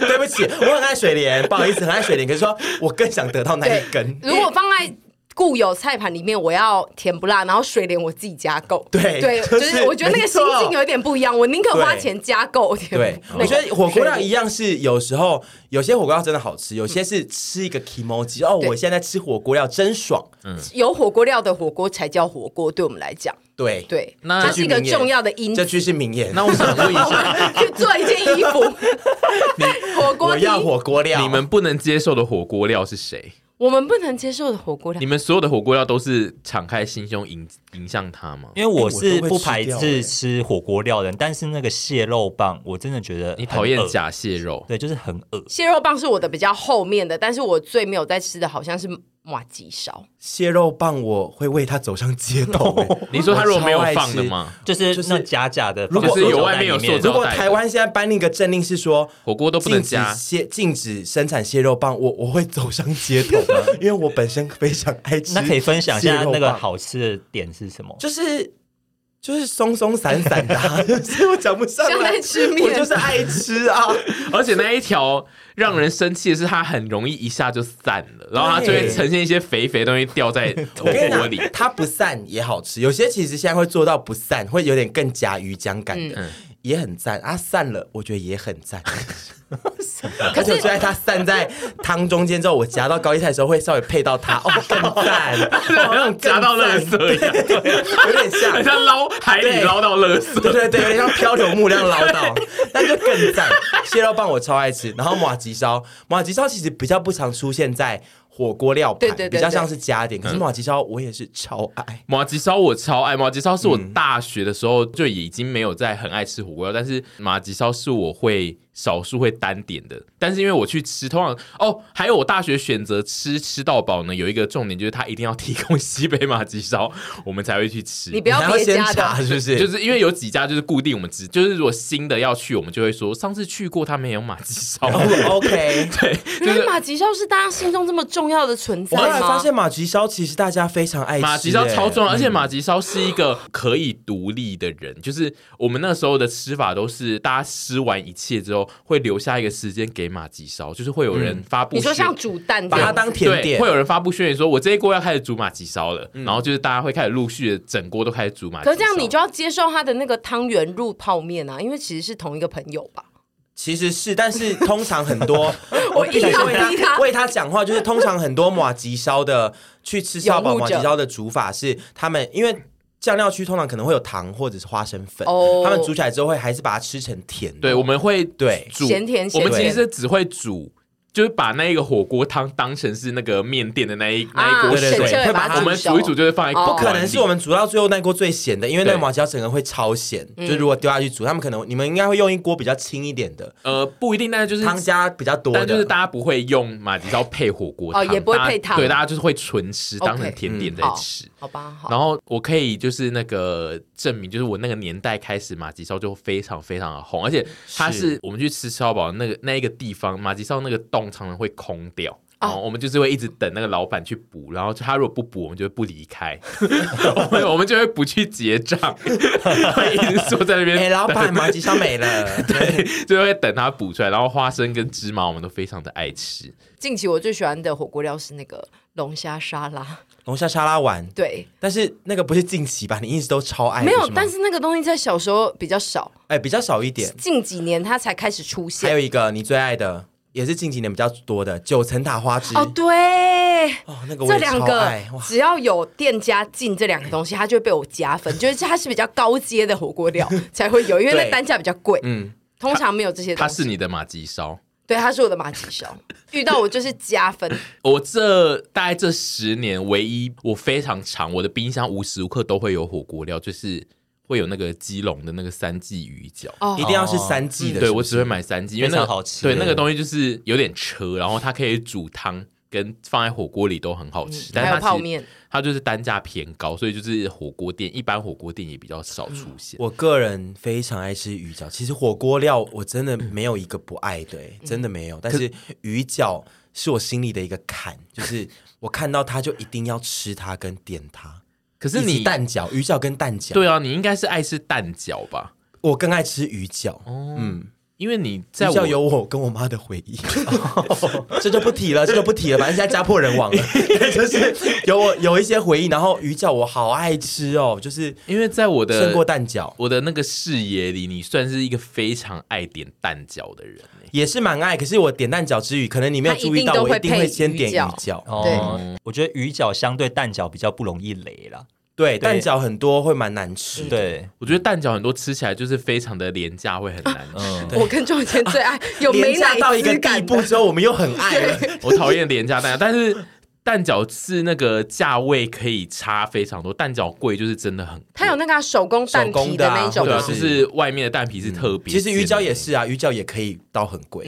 Speaker 2: 对不起，我很爱水莲，不好意思，很爱水莲。可是说，我更想得到那一根。
Speaker 1: 如果放在固有菜盘里面，我要甜不辣，然后水莲我自己加购。
Speaker 2: 对
Speaker 1: 对，
Speaker 2: 就
Speaker 1: 就是是我觉得那个
Speaker 2: 没
Speaker 1: 心
Speaker 2: 错
Speaker 1: 境有一点不一样，我宁可花
Speaker 2: 对
Speaker 1: 钱加购甜
Speaker 2: 对，
Speaker 1: 不
Speaker 2: 我
Speaker 1: 那
Speaker 2: 觉
Speaker 1: 个
Speaker 2: 得火锅料
Speaker 1: 水
Speaker 2: 一样是有时候有些火锅料真的好吃，有些是吃一个 emoji 哦，
Speaker 1: 对
Speaker 2: 我现在在吃火锅料真爽。
Speaker 1: 有火锅料的火锅才叫火锅，对我们来讲，
Speaker 2: 对，
Speaker 1: 对，
Speaker 3: 那
Speaker 1: 它是一个重要的因
Speaker 2: 这
Speaker 1: 子。
Speaker 2: 句是名言。
Speaker 3: 那我想问一
Speaker 1: 好
Speaker 3: 下，
Speaker 1: 吗？ 去做一件衣 服， 火锅
Speaker 2: 我
Speaker 1: 底
Speaker 2: 要火锅料，
Speaker 3: 你们不能接受的火锅料是谁？
Speaker 1: 我们不能接受的火锅料
Speaker 3: 你，们所有的火锅料都是敞开心胸迎迎向他吗？
Speaker 4: 因为我
Speaker 2: 哎我
Speaker 4: 是
Speaker 2: 都会
Speaker 4: 不
Speaker 2: 吃
Speaker 4: 排
Speaker 2: 掉
Speaker 4: 斥
Speaker 2: 哎
Speaker 4: 吃火锅料的人，但是那个蟹肉棒，我真的觉得
Speaker 3: 你
Speaker 4: 很
Speaker 3: 讨厌
Speaker 4: 恶
Speaker 3: 假蟹肉？
Speaker 4: 对，就是很恶。
Speaker 1: 蟹肉棒是我的比较后面的，但是我最没有在吃的好像是马吉烧，
Speaker 2: 蟹肉棒，我会为它走上街头。欸
Speaker 3: 你说他如果没有放的？
Speaker 2: 我超爱吃
Speaker 3: 吗？
Speaker 4: 就是
Speaker 2: 就是
Speaker 4: 那假假的
Speaker 2: 如
Speaker 4: 放
Speaker 2: 果
Speaker 4: 塑
Speaker 2: 就是
Speaker 4: 胶
Speaker 3: 有外
Speaker 4: 袋
Speaker 3: 面有
Speaker 4: 里
Speaker 3: 塑胶
Speaker 2: 如果台湾现在颁那个政令是说
Speaker 3: 火锅都不能
Speaker 2: 禁止
Speaker 3: 加
Speaker 2: 蟹禁止生产蟹肉棒，我我会走上街 头，因为我本身非常爱吃。
Speaker 4: 那可以分享一下那
Speaker 2: 蟹肉
Speaker 4: 个
Speaker 2: 棒，
Speaker 4: 好吃的点是什么？
Speaker 2: 就是就是松松散散的、 啊，就是我讲不上
Speaker 1: 像
Speaker 2: 来
Speaker 1: 在。吃面，
Speaker 2: 我就 是爱吃啊！
Speaker 3: 而且那一条让人生气的是，它很容易一下就散了，然后它就会呈现一些肥肥的东西掉在
Speaker 2: 我
Speaker 3: 火
Speaker 2: 跟你
Speaker 3: 锅
Speaker 2: 讲
Speaker 3: 里。，
Speaker 2: 它不散也好吃。有些其实现在会做到不散，会有点更夹鱼浆感
Speaker 1: 嗯
Speaker 3: 嗯
Speaker 2: 的，也很赞啊。散了，我觉得也很赞。可是我最爱它散在汤中间之后，我夹到高丽菜的时候会稍微配到它，哦，更 赞，哦好
Speaker 3: 像夹到垃圾一样
Speaker 2: 有点
Speaker 3: 很
Speaker 2: 像。
Speaker 3: 像捞海里
Speaker 2: 对
Speaker 3: 捞到垃圾，
Speaker 2: 对对对，有点像漂流木那样捞到，那就更赞。蟹肉棒我超爱吃，然后马吉烧， 马吉烧其实比较不常出现在火锅料盘，
Speaker 1: 对对对
Speaker 2: 比较像是加点。可
Speaker 3: 嗯
Speaker 2: 是马吉烧我也是超爱，
Speaker 3: 马吉烧我超爱，马吉烧是我大学的时候就已经没有在很爱吃火锅料，但是马吉烧是我会少数会单点的。但是因为我去吃，通常哦，还有我大学选择吃吃到饱呢，有一个重点就是它一定要提供西北马吉烧，我们才会去吃。
Speaker 1: 你不要
Speaker 2: 你还
Speaker 1: 别
Speaker 2: 先
Speaker 1: 家
Speaker 2: 查
Speaker 1: 的，
Speaker 2: 是不是？
Speaker 3: 就是因为有几家就是固定我们吃，就是如果新的要去，我们就会说上次去过他们也有马吉烧，
Speaker 2: 哦 OK。
Speaker 3: 对， 就
Speaker 1: 原来
Speaker 3: 是
Speaker 1: 马吉烧是大家心中这么重要的存在
Speaker 2: 我后来发
Speaker 1: 吗？
Speaker 2: 现马吉烧其实大家非常爱吃、
Speaker 3: 马吉烧超重
Speaker 2: 重，
Speaker 3: 要，而且马吉烧是一个可以独立的人，就是我们那时候的吃法都是大家吃完一切之后会留下一个时间给马吉烧，就是会有人发布
Speaker 1: 你
Speaker 3: 宣。
Speaker 1: 说像煮蛋这
Speaker 2: 把
Speaker 1: 样
Speaker 2: 它
Speaker 1: 子，
Speaker 2: 当嗯甜
Speaker 3: 对，
Speaker 2: 点嗯
Speaker 3: 会。有人发布宣言说，我这一锅要开始煮马吉烧了，然后就是大家会开始陆续的整锅都开始煮马吉烧。
Speaker 1: 可是这样你就要接受他的那个汤圆入泡面啊，因为其实是同一个朋友吧。
Speaker 2: 其实是，但是通常很 多，我
Speaker 1: 硬要
Speaker 2: 为他
Speaker 1: 逼他
Speaker 2: 为他讲话，就是通常很多马吉烧的去吃烧
Speaker 1: 拥
Speaker 2: 堡
Speaker 1: 护
Speaker 2: 马吉
Speaker 1: 者
Speaker 2: 烧的煮法是他们因为。酱料区通常可能会有糖或者是花生粉
Speaker 1: 哦
Speaker 2: 他们煮起来之后会还是把它吃成甜的。
Speaker 3: 对，我们会
Speaker 2: 对
Speaker 3: 煮
Speaker 1: 咸甜咸
Speaker 3: 我们其
Speaker 1: 甜
Speaker 3: 实只会煮，就是把那一个火锅汤当成是那个面店的那一
Speaker 1: 啊
Speaker 3: 那一锅
Speaker 2: 对对
Speaker 3: 水
Speaker 2: 对，
Speaker 1: 省
Speaker 2: 会
Speaker 1: 略
Speaker 2: 把
Speaker 1: 把
Speaker 2: 它
Speaker 1: 它
Speaker 3: 我们煮一煮就会放在
Speaker 1: 哦
Speaker 3: 锅
Speaker 2: 不可
Speaker 3: 碗
Speaker 2: 能
Speaker 3: 里
Speaker 2: 是我们煮到最后那锅最咸的，因为那个
Speaker 3: 对
Speaker 2: 马吉烧整个会超咸，就如果丢下去煮，他们可能你们应该会用一锅比较轻一点的，
Speaker 3: 呃不一定，但是
Speaker 1: 嗯
Speaker 3: 就是
Speaker 2: 汤加比较多的，
Speaker 3: 但就是大家不会用马吉烧配火锅
Speaker 1: 哦也不会
Speaker 3: 大家
Speaker 1: 配汤
Speaker 3: 对，大家就是会纯吃，当成
Speaker 1: OK，
Speaker 3: 甜点
Speaker 2: 嗯
Speaker 3: 在
Speaker 1: 好
Speaker 3: 吃。
Speaker 1: 好吧，好。
Speaker 3: 然后我可以就是那个证明，就是我那个年代开始马吉烧就非常非常的红，而且它
Speaker 2: 是
Speaker 3: 是我们去吃吃到饱那个那一个地方，马吉烧那个洞常常会空掉。然后我们就是会一直等那个老板去补，然后他如果不补，我们就会不离开， 我们我们就会不去结账，会一直坐在那边
Speaker 2: 哎、
Speaker 3: 等。
Speaker 2: 老板，马吉烧没了。
Speaker 3: 对，就会等他补出来。然后花生跟芝麻我们都非常的爱吃，
Speaker 1: 近期我最喜欢的火锅料是那个龙虾沙拉，
Speaker 2: 龙虾沙拉碗，
Speaker 1: 对，
Speaker 2: 但是那个不是近期吧？你一直都超爱，
Speaker 1: 没有，
Speaker 2: 吗
Speaker 1: 但是那个东西在小时候比较少，
Speaker 2: 哎、比较少一点。
Speaker 1: 近几年它才开始出
Speaker 2: 还
Speaker 1: 现。
Speaker 2: 有一个你最爱的，也是近几年比较多的九层塔花枝。
Speaker 1: 哦，对，
Speaker 2: 哦那个我
Speaker 1: 这
Speaker 2: 也
Speaker 1: 两
Speaker 2: 超
Speaker 1: 个哦
Speaker 2: 爱哇！
Speaker 1: 只要有店家进这两个东西，它就会被我加分，就是它是比较高阶的火锅 料才会有，因为
Speaker 2: 对
Speaker 1: 那单价比较贵，
Speaker 2: 嗯，
Speaker 1: 通常没有这些
Speaker 3: 它
Speaker 1: 东
Speaker 3: 是
Speaker 1: 西。
Speaker 3: 你的马吉烧。
Speaker 1: 对，它是我的马吉 烧，遇到我就是加分。
Speaker 3: 我这大概这十年唯一我非常长，我的冰箱无时无刻都会有火锅料，就是会有那个基隆的那个三季鱼饺。
Speaker 1: 哦
Speaker 2: 一定要是三季的、
Speaker 3: 对
Speaker 2: 是
Speaker 3: 我
Speaker 2: 不是
Speaker 3: 只会买三季，因为那
Speaker 4: 非
Speaker 3: 个
Speaker 4: 常好吃
Speaker 3: 对那个东西就是有点车，然后它可以煮汤。跟放在火锅里都很好吃，但
Speaker 1: 嗯还有
Speaker 3: 是它其实
Speaker 1: 泡面，
Speaker 3: 它就是单价偏高，所以就是火锅店一般火锅店也比较少
Speaker 1: 嗯
Speaker 3: 出现。
Speaker 2: 我个人非常爱吃鱼饺，其实火锅料我真的没有一个不爱的、
Speaker 1: 嗯
Speaker 2: 哎真的没有。但是鱼饺是我心里的一个坎，就是我看到它就一定要吃它跟点它。
Speaker 3: 可是
Speaker 2: 以
Speaker 3: 你
Speaker 2: 及蛋饺，鱼饺跟蛋饺，
Speaker 3: 对啊，你应该是爱吃蛋饺吧？
Speaker 2: 我更爱吃鱼饺。嗯，
Speaker 3: 因为你在
Speaker 2: 比
Speaker 3: 我
Speaker 2: 较有我跟我妈的回忆， 这就不提了，这就不提了，反正现在家破人亡了。 就是有我有一些回忆，然后鱼饺我好爱吃哦，就是
Speaker 3: 因为在我的
Speaker 2: 胜过蛋饺，
Speaker 3: 我的那个视野里，你算是一个非常爱点蛋饺的人、欸。
Speaker 2: 也是蛮爱。可是我点蛋饺之余，可能你没有注意
Speaker 1: 它一
Speaker 2: 到，
Speaker 1: 定都
Speaker 2: 我
Speaker 1: 会
Speaker 2: 一定会
Speaker 1: 配
Speaker 2: 先点
Speaker 1: 鱼
Speaker 2: 鱼
Speaker 4: 哦
Speaker 1: 饺
Speaker 2: 饺。
Speaker 4: 哦，我觉得鱼饺相对蛋饺比较不容易雷啦。
Speaker 2: 对，蛋饺很多会蛮难吃的。
Speaker 4: 对，
Speaker 3: 我觉得蛋饺很多吃起来就是非常的廉价，会很难
Speaker 2: 嗯
Speaker 3: 吃。
Speaker 1: 我跟周杰最爱有没
Speaker 2: 廉价
Speaker 1: 奶
Speaker 2: 啊到一个
Speaker 1: 滋
Speaker 2: 地
Speaker 1: 感
Speaker 2: 步
Speaker 1: 的，
Speaker 2: 之后，我们又很爱 了。
Speaker 3: 我讨厌廉价蛋饺，但是蛋饺是那个价位可以差非常多，蛋饺贵就是真的很贵。
Speaker 1: 它有那个啊手工蛋
Speaker 2: 手工
Speaker 1: 皮
Speaker 2: 的啊
Speaker 1: 那种
Speaker 3: 对啊，
Speaker 1: 吗，
Speaker 2: 或者
Speaker 3: 就是外面的蛋皮是特
Speaker 2: 嗯
Speaker 3: 别
Speaker 2: 其
Speaker 3: 煎的。
Speaker 2: 实鱼饺也是啊，鱼饺也可以到很贵。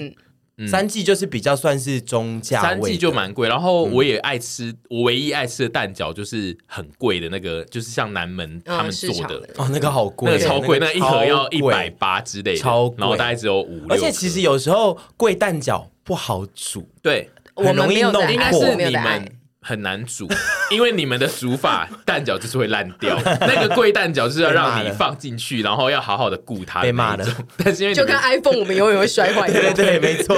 Speaker 3: 嗯
Speaker 2: 三季就是比较算是中价位的，嗯
Speaker 3: 三季就蛮贵，然后我也爱吃，我唯一爱吃的蛋饺就是很贵的那个，就是像南门他们
Speaker 1: 嗯市
Speaker 3: 做
Speaker 1: 场
Speaker 3: 的，
Speaker 1: 的
Speaker 2: 哦，那个好
Speaker 3: 那
Speaker 2: 贵，
Speaker 3: 个超贵，那
Speaker 2: 个
Speaker 3: 一盒要
Speaker 2: 超
Speaker 3: 一
Speaker 2: 贵
Speaker 3: 百。八之类的，
Speaker 2: 超贵
Speaker 3: 然后大概只有五，
Speaker 2: 而
Speaker 3: 六
Speaker 2: 且
Speaker 3: 个
Speaker 2: 其实有时候贵蛋饺不好 煮，
Speaker 3: 对，
Speaker 1: 我们没有
Speaker 2: 很
Speaker 1: 在
Speaker 2: 容易弄
Speaker 1: 爱，
Speaker 3: 但
Speaker 2: 破
Speaker 1: 我
Speaker 3: 是
Speaker 1: 没有
Speaker 3: 你
Speaker 1: 在爱
Speaker 3: 们。很难煮，因为你们的煮法 蛋饺就是会烂掉，那个贵蛋饺就是要
Speaker 2: 被骂
Speaker 3: 让你
Speaker 2: 了
Speaker 3: 放进去，然后要好好的顾它的
Speaker 2: 被骂了
Speaker 3: 那一种， 但是因为你
Speaker 1: 就
Speaker 3: 们
Speaker 1: 跟啊 iPhone，我们永远会摔坏
Speaker 2: 对
Speaker 1: 掉。
Speaker 2: 对，没错，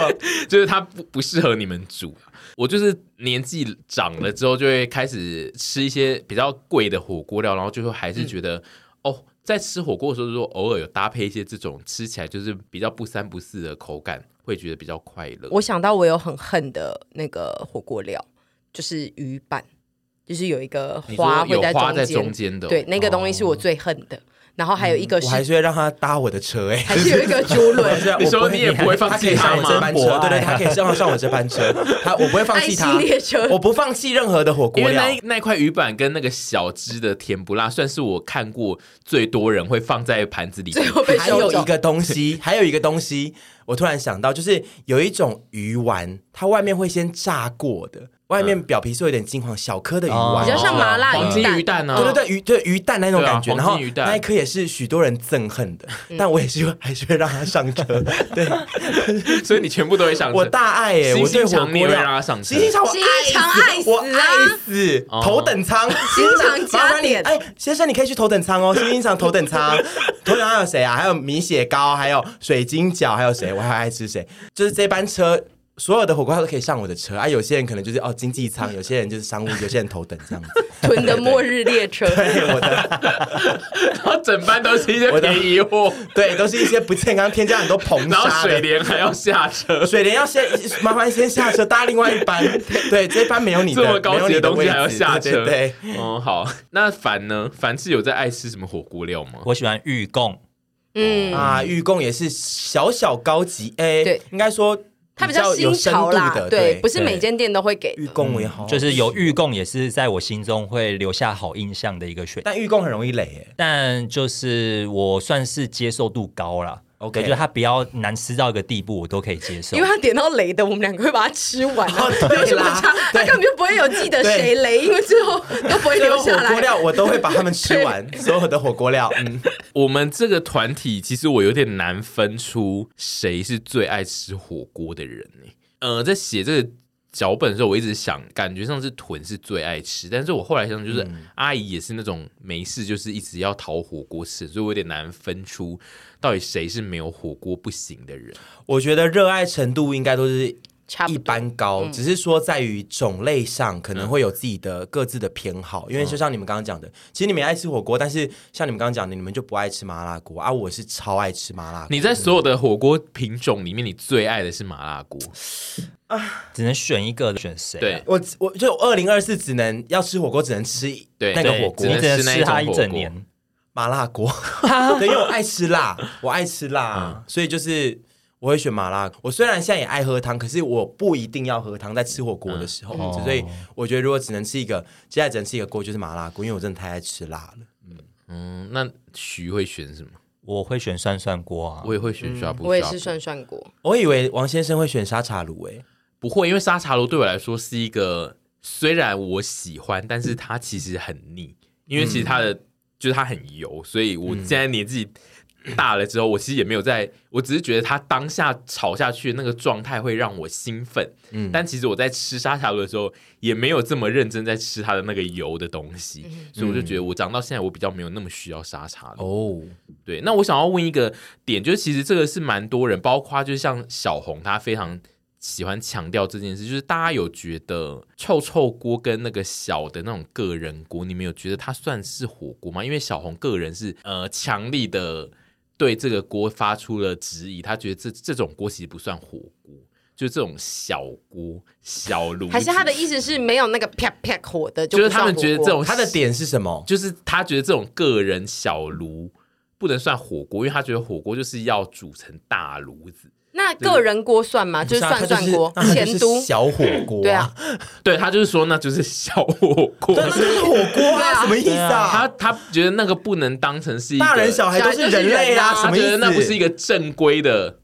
Speaker 3: 就是它不不适合你们煮。啊我就是年纪长了之后，就会开始吃一些比较贵的火锅料，然后就会还是觉得、哦，在吃火锅的时候，如果偶尔有搭配一些这种吃起来就是比较不三不四的口感，会觉得比较快乐。
Speaker 1: 我想到我有很恨的那个火锅料，就是鱼板，就是有一个
Speaker 3: 你
Speaker 1: 花
Speaker 3: 说
Speaker 1: 会
Speaker 3: 有花在
Speaker 1: 中
Speaker 3: 中间的哦、
Speaker 1: 对，那个东西是我最恨的。然后还有一个
Speaker 2: 嗯我
Speaker 1: 是，
Speaker 2: 还是会让他搭我的车哎。
Speaker 1: 还是有一个竹
Speaker 2: 我
Speaker 1: 轮，
Speaker 2: 是我
Speaker 3: 你说
Speaker 2: 不会
Speaker 3: 你也不会放弃
Speaker 2: 他可以上
Speaker 3: 他
Speaker 2: 我这
Speaker 3: 吗
Speaker 2: 班
Speaker 4: 真
Speaker 2: 车，
Speaker 4: 博
Speaker 2: 对
Speaker 4: 爱
Speaker 2: 对，他可以上上我这班车，他我不会放
Speaker 1: 爱
Speaker 2: 弃
Speaker 1: 心
Speaker 2: 他，
Speaker 1: 列车，
Speaker 2: 我不放弃任何的火
Speaker 3: 因
Speaker 2: 锅
Speaker 3: 为
Speaker 2: 料
Speaker 3: 那。一那块鱼板跟那个小只的甜不辣，算是我看过最多人会放在盘子里面
Speaker 1: 最。 后被
Speaker 2: 还
Speaker 1: 收
Speaker 2: 有一
Speaker 1: 走。
Speaker 2: 个东西， 还有一个东西，我突然想到，就是有一种鱼丸，它外面会先炸过的，外
Speaker 3: 嗯
Speaker 2: 面表皮是有点金黄小颗的鱼
Speaker 4: 哦
Speaker 2: 丸，
Speaker 1: 比较像麻辣
Speaker 3: 黄
Speaker 1: 鱼
Speaker 3: 金
Speaker 1: 蛋
Speaker 3: 鱼蛋呢、啊？
Speaker 2: 对对对，鱼对鱼蛋那种
Speaker 3: 对啊
Speaker 2: 感觉，然
Speaker 3: 黄
Speaker 2: 后
Speaker 3: 金鱼蛋
Speaker 2: 那一颗也是许多人憎恨的，
Speaker 1: 嗯
Speaker 2: 但我也是会还是会让它上 车。对
Speaker 3: 对，所以你全部都会想吃。
Speaker 2: 我大爱耶，
Speaker 3: 星啊
Speaker 2: 我对
Speaker 3: 星
Speaker 2: 火
Speaker 3: 肠你也
Speaker 2: 锅
Speaker 3: 会让
Speaker 2: 料，
Speaker 3: 它上车
Speaker 2: 星。星肠我
Speaker 1: 星星肠爱死
Speaker 2: 我
Speaker 1: 啊
Speaker 2: 爱死，
Speaker 3: 哦
Speaker 2: 头等舱，
Speaker 1: 星肠加
Speaker 2: 麻烦你
Speaker 1: 点
Speaker 2: 哎，先生你可以去头等舱哦，星星肠头等舱，头等舱还有谁啊？还有米血糕，还有水晶饺，还有谁？我还爱吃谁？就是这班车。所有的火锅料都可以上我的车啊！有些人可能就是哦经济舱，有些人就是商务，有些人头等这样子。
Speaker 1: 屯的末日列车，
Speaker 2: 对我 的
Speaker 3: 然后整班都是一些
Speaker 2: 我的
Speaker 3: 便 宜货，
Speaker 2: 对，都是一些不健康、添加很多硼
Speaker 3: 然后
Speaker 2: 砂
Speaker 3: 水
Speaker 2: 的。
Speaker 3: 莲还要下车，
Speaker 2: 水莲要先麻烦先下车搭另外一班，对，这班没有你的，
Speaker 3: 这么高级的东
Speaker 2: 没有你的位
Speaker 3: 西
Speaker 2: 置
Speaker 3: 还要下车。
Speaker 2: 对对
Speaker 3: 嗯，好。那凡呢？凡是有在爱吃什么火锅料吗？
Speaker 4: 我喜欢玉贡，
Speaker 2: 对
Speaker 1: 嗯，
Speaker 2: 啊，玉贡也是小小高级，哎，
Speaker 1: 对，
Speaker 2: 应该说
Speaker 1: 它比较
Speaker 2: 较
Speaker 1: 新
Speaker 2: 有深度
Speaker 1: 潮啦，
Speaker 2: 的，
Speaker 1: 对，不是
Speaker 4: 对
Speaker 1: 每间店都会给的
Speaker 2: 玉贡我也好
Speaker 3: 嗯
Speaker 2: 好吃，
Speaker 4: 就是有玉贡也是在我心中会留下好印象的一个选
Speaker 2: 但玉贡很容易累，哎
Speaker 4: 但就是我算是接受度高啦。
Speaker 2: OK
Speaker 4: 对就是它不要难吃到一个地步，我都可以接受
Speaker 1: 因为。他点到雷的，我们两个会把它吃完、啊。
Speaker 2: 哦对啦
Speaker 1: 有什么 差？他根本就不会有记得谁雷，因为最后都不会
Speaker 2: 所 有
Speaker 1: 留下
Speaker 2: 火锅
Speaker 1: 来。
Speaker 2: 料我都会把它们吃完， 所有的火锅料，嗯，
Speaker 3: 我们这个团体其实我有点难分出谁是最爱吃火锅的人呢、呃，在写这个脚本的时候，我一直想，感觉上是豚是最爱吃，但是我后来想，就是、阿姨也是那种没事就是一直要讨火锅吃，所以我有点难分出到底谁是没有火锅不行的人。
Speaker 2: 我觉得热爱程度应该都是
Speaker 1: 差不多嗯
Speaker 2: 一般高，只是说在于种类上可能会有自己的各自的偏好，
Speaker 1: 嗯
Speaker 2: 因为就像你们刚刚讲的，其实你们也爱吃火锅，但是像你们刚刚讲的，你们就不爱吃麻辣锅啊，我是超爱吃麻辣锅。
Speaker 3: 你在所有的火锅品种里面，你最爱的是麻辣锅，
Speaker 4: 只能选一个，选谁、啊？
Speaker 3: 对，
Speaker 2: 我我就二零二四只能要吃火锅，只能吃
Speaker 3: 对
Speaker 2: 那个火锅
Speaker 3: 对
Speaker 4: 你只能
Speaker 3: 只能吃
Speaker 4: 吃它
Speaker 3: 那一
Speaker 4: 一
Speaker 3: 种
Speaker 4: 整
Speaker 3: 火锅
Speaker 4: 年。
Speaker 2: 麻辣锅，
Speaker 1: 啊
Speaker 2: 对，因为我爱吃辣，我爱吃
Speaker 3: 嗯
Speaker 2: 辣，所以就是我会选麻辣。我虽然现在也爱喝汤，可是我不一定要喝汤，在吃火锅的时候，
Speaker 4: 嗯
Speaker 2: 所以
Speaker 3: 哦
Speaker 2: 我觉得如果只能吃一个，接下来只能吃一个锅就是麻辣锅，因为我真的太爱吃辣了。
Speaker 3: 嗯，那徐会选什么？
Speaker 4: 我会选涮涮锅啊。
Speaker 3: 我也会选刷不、
Speaker 1: 我也是涮涮锅，
Speaker 2: 我以为王先生会选沙茶卤诶、
Speaker 3: 不会，因为沙茶炉对我来说是一个，虽然我喜欢，但是它其实很腻，因为其实它的、就是它很油，所以我现在年纪大了之后，我其实也没有在，我只是觉得它当下炒下去的那个状态会让我兴奋，嗯，但其实我在吃沙茶炉的时候也没有这么认真在吃它的那个油的东西，所以我就觉得我长到现在我比较没有那么需要沙茶了。
Speaker 2: 哦，
Speaker 3: 对，那我想要问一个点，就是其实这个是蛮多人，包括就是像小红，她非常喜欢强调这件事，就是大家有觉得臭臭锅跟那个小的那种个人锅，你们有觉得它算是火锅吗？因为小红个人是呃强力的对这个锅发出了质疑，她觉得这这种锅其实不算火锅。就这种小锅、小炉子，
Speaker 1: 还是他的意思是没有那个啪啪火的，
Speaker 3: 就是
Speaker 1: 不算
Speaker 3: 他们觉
Speaker 1: 火
Speaker 3: 得
Speaker 1: 锅
Speaker 3: 这种
Speaker 2: 他的点是什么？
Speaker 3: 就是他觉得这种个人小炉不能算火锅，因为他觉得火锅就是要煮成大炉子。
Speaker 1: 那个人锅算吗？就是
Speaker 2: 不
Speaker 1: 涮
Speaker 2: 是啊
Speaker 1: 涮锅
Speaker 2: 它就是，那它
Speaker 1: 前
Speaker 2: 就是
Speaker 1: 都
Speaker 2: 小火锅，
Speaker 1: 对啊，
Speaker 3: 对他就是说那就是小火锅，
Speaker 2: 对啊，那就是火锅
Speaker 1: 对
Speaker 2: 啊，
Speaker 1: 啊
Speaker 2: 什么意思
Speaker 3: 他
Speaker 2: 啊？
Speaker 3: 他觉得那个不能当成是一个
Speaker 2: 大人小孩都是人类
Speaker 1: 小
Speaker 2: 啊，什
Speaker 3: 他
Speaker 2: 么
Speaker 3: 觉
Speaker 2: 意
Speaker 3: 得
Speaker 2: 思？
Speaker 3: 那不是一个正规的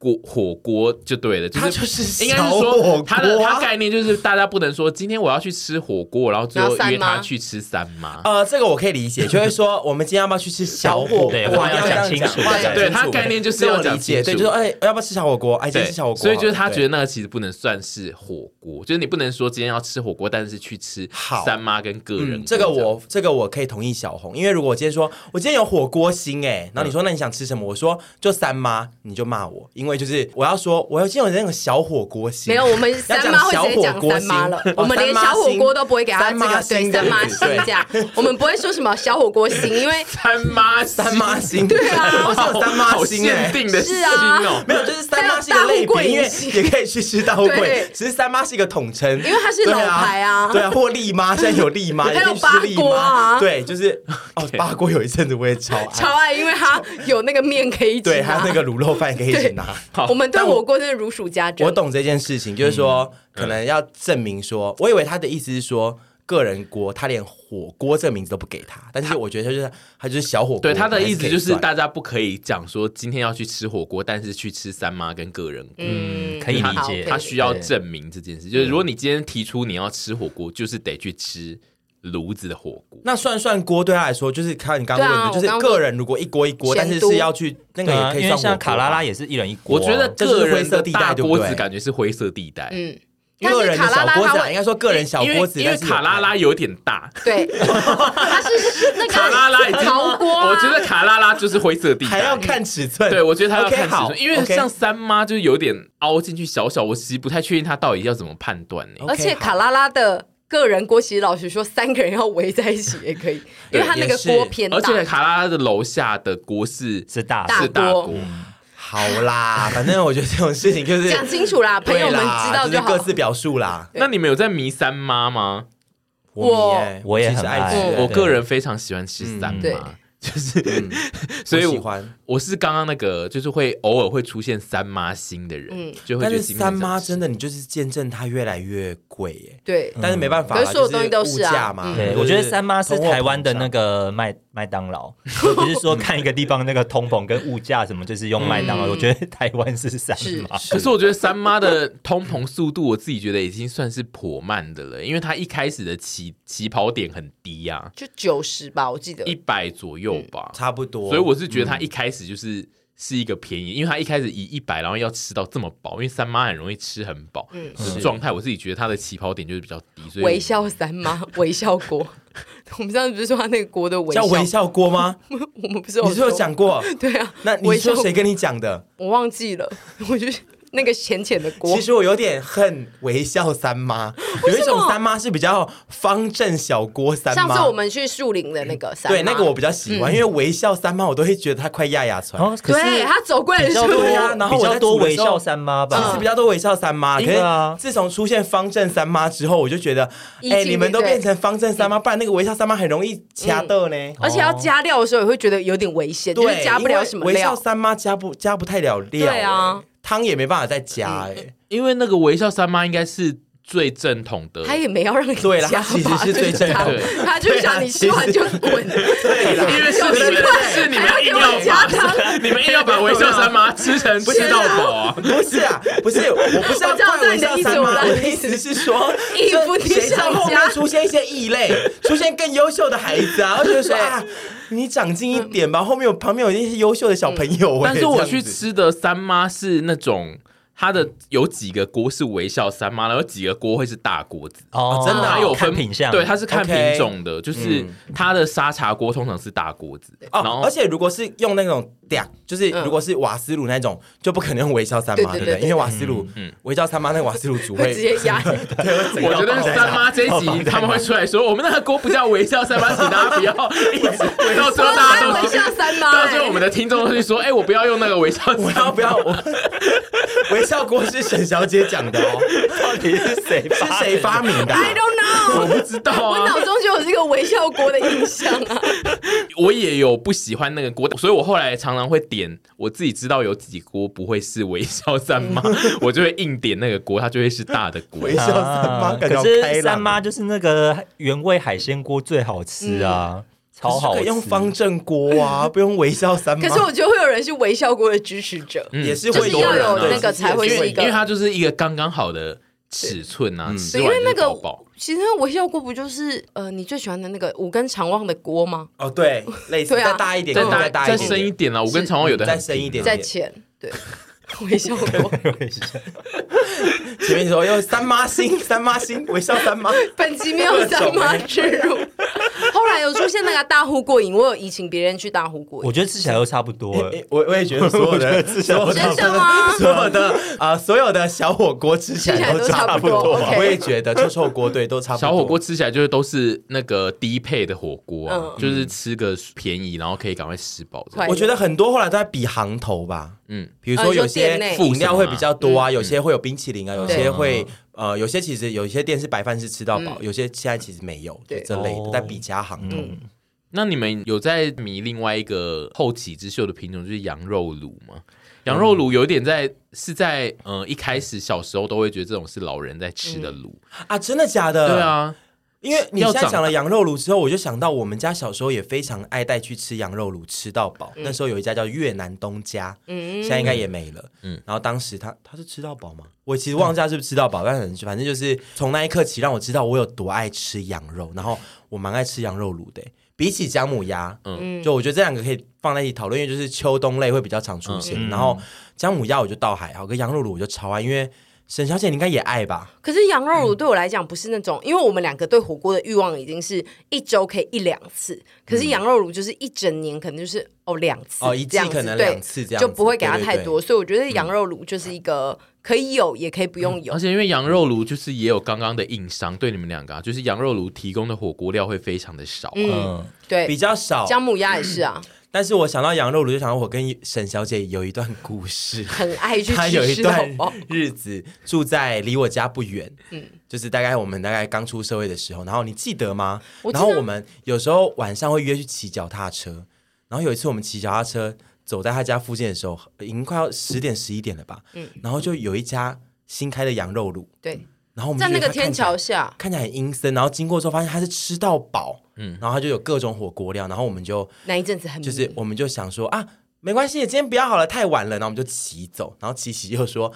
Speaker 3: 锅火锅就对了，就
Speaker 2: 它
Speaker 3: 是
Speaker 2: 就是
Speaker 3: 应该
Speaker 2: 小
Speaker 3: 是
Speaker 2: 火
Speaker 3: 说他的
Speaker 2: 锅啊
Speaker 3: 他概念就是大家不能说今天我要去吃火锅，然后最后
Speaker 1: 然后三
Speaker 3: 约他
Speaker 1: 妈
Speaker 3: 去吃三妈。
Speaker 2: 呃，这个我可以理解，就会 说我们今天要不要去吃小火锅？
Speaker 4: 对
Speaker 2: 我
Speaker 4: 话
Speaker 2: 一定
Speaker 4: 要
Speaker 2: 这
Speaker 4: 讲
Speaker 2: 样
Speaker 4: 清
Speaker 2: 讲
Speaker 4: 楚
Speaker 2: 话讲
Speaker 3: 对
Speaker 2: 清楚
Speaker 3: 他概念就是
Speaker 2: 这
Speaker 3: 要
Speaker 2: 我
Speaker 3: 讲
Speaker 2: 理解，对，
Speaker 3: 清楚
Speaker 2: 就说哎，要不要吃小火锅？哎，今
Speaker 3: 对，
Speaker 2: 天吃小火锅好了，
Speaker 3: 所以就是他觉
Speaker 2: 对
Speaker 3: 得那个其实不能算是火锅，就是你不能说今天要吃火锅，但是去吃
Speaker 2: 好
Speaker 3: 三妈跟个人锅样、
Speaker 2: 嗯这个我这个我可以同意小红，因为如果我今天说我今天有火锅心
Speaker 3: 嗯
Speaker 2: 哎，然后你说那你想吃什么？我说就三妈，你就骂我，因为就是我要说我要今天有那种小火锅心。
Speaker 1: 没有，我们三妈会
Speaker 2: 要
Speaker 1: 直接
Speaker 2: 讲
Speaker 1: 讲
Speaker 2: 小火锅
Speaker 1: 三
Speaker 2: 心
Speaker 1: 妈了，
Speaker 2: 哦
Speaker 1: 我们连
Speaker 2: 三妈
Speaker 1: 小火
Speaker 2: 心
Speaker 1: 锅都不会给他这
Speaker 2: 三妈
Speaker 1: 个对
Speaker 2: 心的
Speaker 1: 三妈
Speaker 2: 意思
Speaker 1: 心
Speaker 2: 对
Speaker 1: 这样，我们不会说什么小火锅心， 因为
Speaker 3: 三妈
Speaker 2: 三妈
Speaker 3: 心
Speaker 2: 心，对
Speaker 1: 啊
Speaker 2: 我想三妈
Speaker 3: 好
Speaker 2: 心哎
Speaker 3: 限。定的
Speaker 1: 是啊
Speaker 3: 心哦
Speaker 2: 没有，就是三妈是一个类
Speaker 1: 大户
Speaker 2: 别，
Speaker 1: 贵
Speaker 2: 因为
Speaker 1: 心
Speaker 2: 也可以去吃大户贵
Speaker 1: 对，
Speaker 2: 只是三妈是一个统称，因
Speaker 1: 因为它是老牌啊
Speaker 2: 对啊，或丽妈，现在有丽 妈，
Speaker 1: 还有
Speaker 2: 也可以吃丽
Speaker 1: 八锅
Speaker 2: 妈，
Speaker 1: 啊
Speaker 2: 对，就是哦，八锅有一阵子我也超爱，
Speaker 1: 超爱，因为它有那个面可以一起
Speaker 2: 对，还有
Speaker 1: 拿
Speaker 2: 那个卤肉饭可以一起
Speaker 1: 对
Speaker 2: 拿。
Speaker 1: 我们对
Speaker 2: 但我
Speaker 1: 火锅真的如数家珍。
Speaker 2: 我懂这件事情，就是
Speaker 3: 嗯
Speaker 2: 说，可能要证明说，我以为他的意思是说。个人锅，他连火锅这个名字都不给他，但是我觉得他就是他就是小火锅。
Speaker 3: 对他的意思就是
Speaker 2: 大
Speaker 3: 大家不可以讲说今天要去吃火锅，但是去吃三妈跟个人锅。
Speaker 1: 嗯，
Speaker 4: 可以理解
Speaker 1: 好
Speaker 3: 他需要证明这件事，
Speaker 2: 嗯
Speaker 3: 就是如果你今天提出你要吃火锅，就是得去吃炉子的火锅。
Speaker 2: 那涮涮锅对他来说，就是看你刚刚问的，
Speaker 1: 对啊
Speaker 2: 就是
Speaker 1: 我刚
Speaker 2: 个人如果一锅一锅，
Speaker 1: 咸
Speaker 2: 但
Speaker 1: 都
Speaker 2: 是是要去那个
Speaker 4: 对
Speaker 2: 也
Speaker 4: 啊，
Speaker 2: 可以
Speaker 4: 因
Speaker 2: 算
Speaker 4: 为
Speaker 2: 火锅吧
Speaker 4: 像卡拉拉也是一人一锅
Speaker 3: 我
Speaker 4: 啊，
Speaker 3: 觉得
Speaker 2: 这就是
Speaker 3: 个
Speaker 2: 灰
Speaker 3: 人
Speaker 2: 色
Speaker 3: 的
Speaker 2: 地带
Speaker 3: 大
Speaker 2: 对不
Speaker 3: 锅子
Speaker 2: 对
Speaker 3: 感觉是灰色地带，
Speaker 1: 嗯，但
Speaker 2: 个
Speaker 1: 是
Speaker 2: 人
Speaker 1: 卡
Speaker 2: 的
Speaker 1: 拉
Speaker 2: 小
Speaker 1: 拉
Speaker 2: 锅
Speaker 1: 它
Speaker 2: 子啊，应
Speaker 1: 会
Speaker 2: 该说个人小
Speaker 3: 因
Speaker 2: 锅
Speaker 3: 为
Speaker 2: 子，
Speaker 3: 因为
Speaker 2: 但是有
Speaker 3: 卡拉拉有点大，
Speaker 1: 对， 它是那个
Speaker 3: 卡拉拉已经
Speaker 1: 陶锅啊，
Speaker 3: 我觉得卡拉拉就是灰色地带，
Speaker 2: 还要看尺寸。
Speaker 3: 对，我觉得他要
Speaker 2: OK，
Speaker 3: 看尺
Speaker 2: 好
Speaker 3: 寸，因为
Speaker 2: OK
Speaker 3: 像三妈就是有点凹进去小小，我其实不太确定他到底要怎么判断欸呢、
Speaker 2: OK，
Speaker 1: 而且
Speaker 2: 好
Speaker 1: 卡拉拉的。个人锅其实老实说，三个人要围在一起也可以，因为它那
Speaker 2: 也
Speaker 1: 个
Speaker 2: 是
Speaker 1: 锅偏大
Speaker 3: 而，且卡拉拉的楼下的锅是
Speaker 4: 是大
Speaker 1: 大
Speaker 3: 是大
Speaker 1: 锅
Speaker 3: 锅，
Speaker 2: 好啦，反正我觉得这种事情就是
Speaker 1: 讲清楚啦，朋友
Speaker 2: 对
Speaker 1: 们
Speaker 2: 啦
Speaker 1: 知道
Speaker 2: 就
Speaker 1: 就好
Speaker 2: 是各。自表述啦。
Speaker 3: 那你们有在迷三妈吗？
Speaker 1: 我
Speaker 2: 迷耶
Speaker 4: 我也
Speaker 2: 其实
Speaker 4: 很
Speaker 2: 爱
Speaker 4: 爱
Speaker 2: 吃
Speaker 4: 对
Speaker 3: 我
Speaker 2: 耶，
Speaker 3: 个人非常喜欢吃三
Speaker 1: 对
Speaker 3: 妈，就是
Speaker 2: 嗯，
Speaker 3: 所以
Speaker 2: 我喜
Speaker 3: 我
Speaker 2: 欢。
Speaker 3: 我是刚刚那个就是会偶尔会出现三妈心的人
Speaker 1: 嗯，
Speaker 3: 就会
Speaker 2: 但
Speaker 3: 觉得
Speaker 2: 是
Speaker 3: 今天
Speaker 2: 三
Speaker 3: 想
Speaker 2: 妈
Speaker 3: 吃
Speaker 2: 真的，你就是见证它越来越贵耶。
Speaker 1: 对，
Speaker 3: 嗯
Speaker 2: 但是没办法啦，
Speaker 1: 可是所有东西都
Speaker 2: 就是
Speaker 1: 啊
Speaker 2: 物价嘛。
Speaker 1: 嗯
Speaker 4: 嗯对，
Speaker 2: 就是
Speaker 4: 我觉得三妈是
Speaker 2: 通货
Speaker 4: 台湾的
Speaker 2: 膨胀
Speaker 4: 那个麦麦当劳， 就不是说看一个地方那个通膨跟物价什么，就是用麦当劳。
Speaker 1: 嗯
Speaker 4: 我觉得台湾是三
Speaker 1: 是
Speaker 4: 妈，
Speaker 3: 可是我觉得三妈的通膨速度，我自己觉得已经算是颇慢的了，因为她一开始的起起跑点很低呀、
Speaker 1: 就九十吧，我记得
Speaker 3: 啊，一百左右
Speaker 1: 嗯
Speaker 3: 吧，
Speaker 2: 差不多。
Speaker 3: 所以我是觉得她一开始就是、是一个便宜，因为她一开始以一百，然后要吃到这么饱，因为三妈很容易吃很饱，嗯
Speaker 1: 嗯，
Speaker 3: 状态我自己觉得她的起跑点就是比较低，所以
Speaker 1: 微笑三 妈，微笑锅。 我们上次不是说他那个锅的微
Speaker 2: 叫
Speaker 1: 笑，
Speaker 2: 微笑锅 吗？
Speaker 1: 我们不是有
Speaker 2: 你是有讲过？
Speaker 1: 对啊，
Speaker 2: 那你
Speaker 1: 微
Speaker 2: 说
Speaker 1: 笑
Speaker 2: 谁跟你讲的？
Speaker 1: 我忘记了， 我就是那个浅浅的锅
Speaker 2: 其，实我有点恨微笑三妈，有一种三妈是比较方正小锅三
Speaker 1: 上
Speaker 2: 妈。嗯
Speaker 1: 次我们去树林的那个三妈，嗯
Speaker 2: 对那个我比较喜欢，因为微笑三妈我都会觉得她快压牙
Speaker 4: 然
Speaker 2: 船。
Speaker 4: 后哦可
Speaker 1: 对
Speaker 4: 是
Speaker 1: 他走过来的
Speaker 4: 比
Speaker 1: 时
Speaker 4: 较
Speaker 1: 候，
Speaker 4: 多
Speaker 2: 对啊然后
Speaker 4: 比
Speaker 2: 我在
Speaker 4: 较多
Speaker 2: 煮的
Speaker 4: 微
Speaker 2: 时候
Speaker 4: 笑三妈
Speaker 2: 其
Speaker 4: 吧
Speaker 2: 实比，较多微笑三妈，可
Speaker 4: 对
Speaker 2: 是
Speaker 4: 啊
Speaker 2: 自从出现方正三妈之后，我就觉得，
Speaker 1: 一
Speaker 2: 哎，
Speaker 1: 进
Speaker 2: 你们都
Speaker 1: 对嗯
Speaker 2: 变成方正三妈，不然那个微笑三妈很容易掐到呢。
Speaker 1: 而且要加料的时候也会觉得有点危险，就是
Speaker 2: 对，
Speaker 1: 加不
Speaker 2: 因
Speaker 1: 了
Speaker 2: 为
Speaker 1: 什么
Speaker 2: 微笑
Speaker 1: 料。
Speaker 2: 三妈加不加不太了料，
Speaker 1: 对啊嗯
Speaker 2: 哎，汤也没办法再加，哎，
Speaker 3: 因为那个微笑三妈应该是最正统的，
Speaker 1: 他也没要让你加吧，
Speaker 2: 对啦他其实是最正
Speaker 1: 他
Speaker 2: 常
Speaker 3: 的
Speaker 1: 他就想你吃完就 滚，
Speaker 2: 对啦
Speaker 3: 因为是你们是你们硬
Speaker 1: 还要给
Speaker 3: 要
Speaker 1: 我加
Speaker 3: 把 你们硬要把微笑三妈吃成吃到饱啊。
Speaker 2: 不是啊，不是，我不是要
Speaker 1: 我知道
Speaker 2: 怪
Speaker 1: 这是
Speaker 2: 微笑
Speaker 1: 你的
Speaker 2: 三
Speaker 1: 意思
Speaker 2: 妈，
Speaker 1: 我知道
Speaker 2: 我
Speaker 1: 你
Speaker 2: 的
Speaker 1: 的
Speaker 2: 意
Speaker 1: 意
Speaker 2: 思 是说，
Speaker 1: 义
Speaker 2: 就
Speaker 1: 父弟
Speaker 2: 谁像
Speaker 1: 相
Speaker 2: 后面
Speaker 1: 加
Speaker 2: 出现一些异类，出现更优秀的孩 子啊，我就觉得说
Speaker 1: 对
Speaker 2: 啊，你长进一点吧，后面有旁边有一些优秀的小朋
Speaker 1: 嗯
Speaker 2: 友，欸
Speaker 3: 但是我去
Speaker 2: 吃。
Speaker 3: 吃的三妈是那种，它的有几个锅是微笑三妈，然后有几个锅会是大锅子。
Speaker 4: 哦
Speaker 2: 真的啊
Speaker 3: 它有
Speaker 4: 看
Speaker 3: 分
Speaker 4: 品相，
Speaker 3: 对，它是看
Speaker 2: OK
Speaker 3: 品种的，就是它的沙茶锅通常是大锅子，然
Speaker 2: 哦，
Speaker 3: 后
Speaker 2: 而且如果是用那种嗲，就是
Speaker 1: 嗯
Speaker 2: 如果是瓦斯炉那种，就不可能用微笑三妈，
Speaker 1: 对对
Speaker 2: 对不
Speaker 1: 对
Speaker 2: 对？
Speaker 1: 对
Speaker 2: 因为瓦斯炉
Speaker 3: 嗯嗯，
Speaker 2: 微笑三妈那个瓦斯炉煮
Speaker 1: 会
Speaker 2: 会
Speaker 1: 直接压。
Speaker 3: 我觉得三妈这一集他们会出来说，我们那个锅不叫微笑三妈，请大家不要一直到最后大家
Speaker 1: 开
Speaker 3: 都
Speaker 1: 玩
Speaker 3: 是
Speaker 1: 笑，三妈、
Speaker 3: 到最后我们的听众都去说，哎，我不要用那个微笑
Speaker 2: 我
Speaker 3: 三
Speaker 2: 要
Speaker 3: 妈，
Speaker 2: 不要？ 我微笑锅是沈小姐讲的 哦，
Speaker 4: 到底是谁
Speaker 2: 是谁发明的啊？
Speaker 1: 哎 I don't know，
Speaker 3: 我不知道
Speaker 1: 我
Speaker 3: 啊
Speaker 1: 脑，中就有这个微笑锅的印象啊。
Speaker 3: 我也有不喜欢那个锅，所以我后来常常会点，我自己知道有几锅不会是微笑三妈，
Speaker 2: 嗯
Speaker 3: 我就会硬点那个锅，它就会是大的锅
Speaker 2: 微。笑三妈
Speaker 4: 啊，
Speaker 2: 感觉
Speaker 4: 可
Speaker 2: 好开
Speaker 4: 是
Speaker 2: 朗
Speaker 4: 三妈就是那个原味海鲜锅最好吃啊，超
Speaker 2: 嗯
Speaker 4: 好
Speaker 2: 可
Speaker 4: 吃。
Speaker 2: 以用方正锅啊，不用微笑三妈。
Speaker 1: 可是我觉得会有人是微笑锅的支持者，
Speaker 3: 嗯
Speaker 2: 也是
Speaker 1: 就
Speaker 2: 会
Speaker 1: 是
Speaker 2: 多
Speaker 1: 要
Speaker 2: 人啊
Speaker 1: 有那个才会
Speaker 3: 因
Speaker 1: 是
Speaker 3: 为
Speaker 1: 一个
Speaker 3: 因为，它就是一个刚刚好的尺寸啊，吃
Speaker 1: 对因
Speaker 3: 完
Speaker 1: 为那
Speaker 3: 就
Speaker 1: 个
Speaker 3: 饱饱。
Speaker 1: 其实微笑锅不就是呃你最喜欢的那个五根长旺的锅吗？
Speaker 2: 哦，对，类似
Speaker 1: 对啊
Speaker 2: 再大一点，
Speaker 3: 再
Speaker 2: 更
Speaker 3: 大
Speaker 2: 大
Speaker 3: 再
Speaker 2: 一
Speaker 3: 深一
Speaker 2: 点，
Speaker 3: 点啦，啊我跟常王有的
Speaker 2: 嗯再
Speaker 3: 很
Speaker 2: 深一点
Speaker 1: 在前对微笑锅，
Speaker 2: 前面说有三妈星，三妈星，微笑三妈。
Speaker 1: 本集没有三妈之辱。 后来有出现那个大户过瘾，我有移情别人去大户过
Speaker 4: 我
Speaker 1: 瘾，
Speaker 4: 觉得吃起来都差不多了。
Speaker 2: 诶我我也觉得所有的所有
Speaker 1: 真
Speaker 2: 的
Speaker 1: 的吗？
Speaker 2: 所有的啊、所有的小火锅吃起来
Speaker 1: 吃起来都差
Speaker 2: 差
Speaker 1: 不多
Speaker 2: 多，
Speaker 1: OK
Speaker 2: 我也觉得臭臭锅对都差不多。
Speaker 3: 小火锅吃起来就是都是那个低配的火锅啊，
Speaker 1: 嗯
Speaker 3: 就是吃个便宜，然后可以赶快吃饱这样。
Speaker 1: 快
Speaker 2: 我觉得很多后来都在比行头吧，
Speaker 3: 嗯，
Speaker 2: 比如说有些
Speaker 1: 呃就
Speaker 2: 饮料会比较多啊，有些会有冰淇淋啊，有
Speaker 1: 对
Speaker 2: 些会呃，有些其实有一些店是白饭是吃到饱，有些现在其实没有，
Speaker 1: 对
Speaker 2: 对这类的
Speaker 4: 哦
Speaker 2: 在比价行头。
Speaker 3: 那你们有在迷另外一个后起之秀的品种，就是羊肉炉吗？羊肉炉有点在是在呃一开始小时候都会觉得这种是老人在吃的炉，
Speaker 2: 啊，真的假
Speaker 1: 呃
Speaker 2: 的？
Speaker 3: 对，啊，
Speaker 2: 因为你
Speaker 3: 要
Speaker 2: 现在
Speaker 3: 长
Speaker 2: 讲了羊肉炉之后，我就想到我们家小时候也非常爱带去吃羊肉炉，吃到饱。那时候有一家叫越南东家，
Speaker 1: 嗯
Speaker 2: 现在应该也没了。
Speaker 3: 嗯
Speaker 2: 嗯，然后当时他他是吃到饱吗？我其实忘记他是不是吃到饱，但是反正就是从那一刻起，让我知道我有多爱吃羊肉。然后我蛮爱吃羊肉卤的、欸比起姜母鸭，
Speaker 1: 嗯
Speaker 2: 嗯，就我觉得这两个可以放在一起讨论，因为就是秋冬类会比较常出现。
Speaker 1: 嗯
Speaker 2: 然后姜母鸭我就倒还好，可羊肉卤我就超爱，因为沈小姐你应该也爱吧？
Speaker 1: 可是羊肉炉对我来讲不是那种，因为我们两个对火锅的欲望已经是一周可以一两次，可是羊肉炉就是一整年可能就是哦两次
Speaker 2: 哦，一
Speaker 1: 这
Speaker 2: 季
Speaker 1: 样子
Speaker 2: 可能
Speaker 1: 对
Speaker 2: 两次这样子，
Speaker 1: 就不会给它
Speaker 2: 对嗯
Speaker 1: 太。多，所以我觉得羊肉炉就是一个可以有也可以不用有
Speaker 3: 而。且因为羊肉炉就是也有刚刚的硬伤，对你们两个啊，就是羊肉炉提供的火锅料会非常的少啊、
Speaker 1: 嗯，
Speaker 4: 嗯，
Speaker 2: 对对比
Speaker 1: 对，
Speaker 2: 较少，
Speaker 1: 姜母鸭也是啊，
Speaker 2: 但是我想到羊肉炉，就想到我跟沈小姐有一段故事。
Speaker 1: 很爱 去
Speaker 2: 她有
Speaker 1: 吃
Speaker 2: 一
Speaker 1: 吃到
Speaker 2: 段
Speaker 1: 饱。
Speaker 2: 日子住在离我家不远，嗯，就是大概我们大概刚出社会的时候，然后你记得吗？
Speaker 1: 我记得
Speaker 2: 然后我们有时候晚上会约去骑脚踏车，然后有一次我们骑脚踏车走在他家附近的时候，已经
Speaker 1: 嗯
Speaker 2: 快要十点十一点了吧，嗯，然后就有一家新开的羊肉炉，
Speaker 1: 对，
Speaker 2: 然后我们
Speaker 1: 在
Speaker 2: 就
Speaker 1: 那
Speaker 2: 觉
Speaker 1: 个
Speaker 2: 得它
Speaker 1: 天
Speaker 2: 看起来
Speaker 1: 桥下，
Speaker 2: 看起来很阴森，然后经过之后发现他是吃到饱，嗯，然后他就有各种火锅料，然后我们就
Speaker 1: 那一阵子很
Speaker 2: 就是
Speaker 1: 迷
Speaker 2: 我们就想说啊，没关系，今天不要好了，太晚了，然后我们就骑走，然后骑骑又说。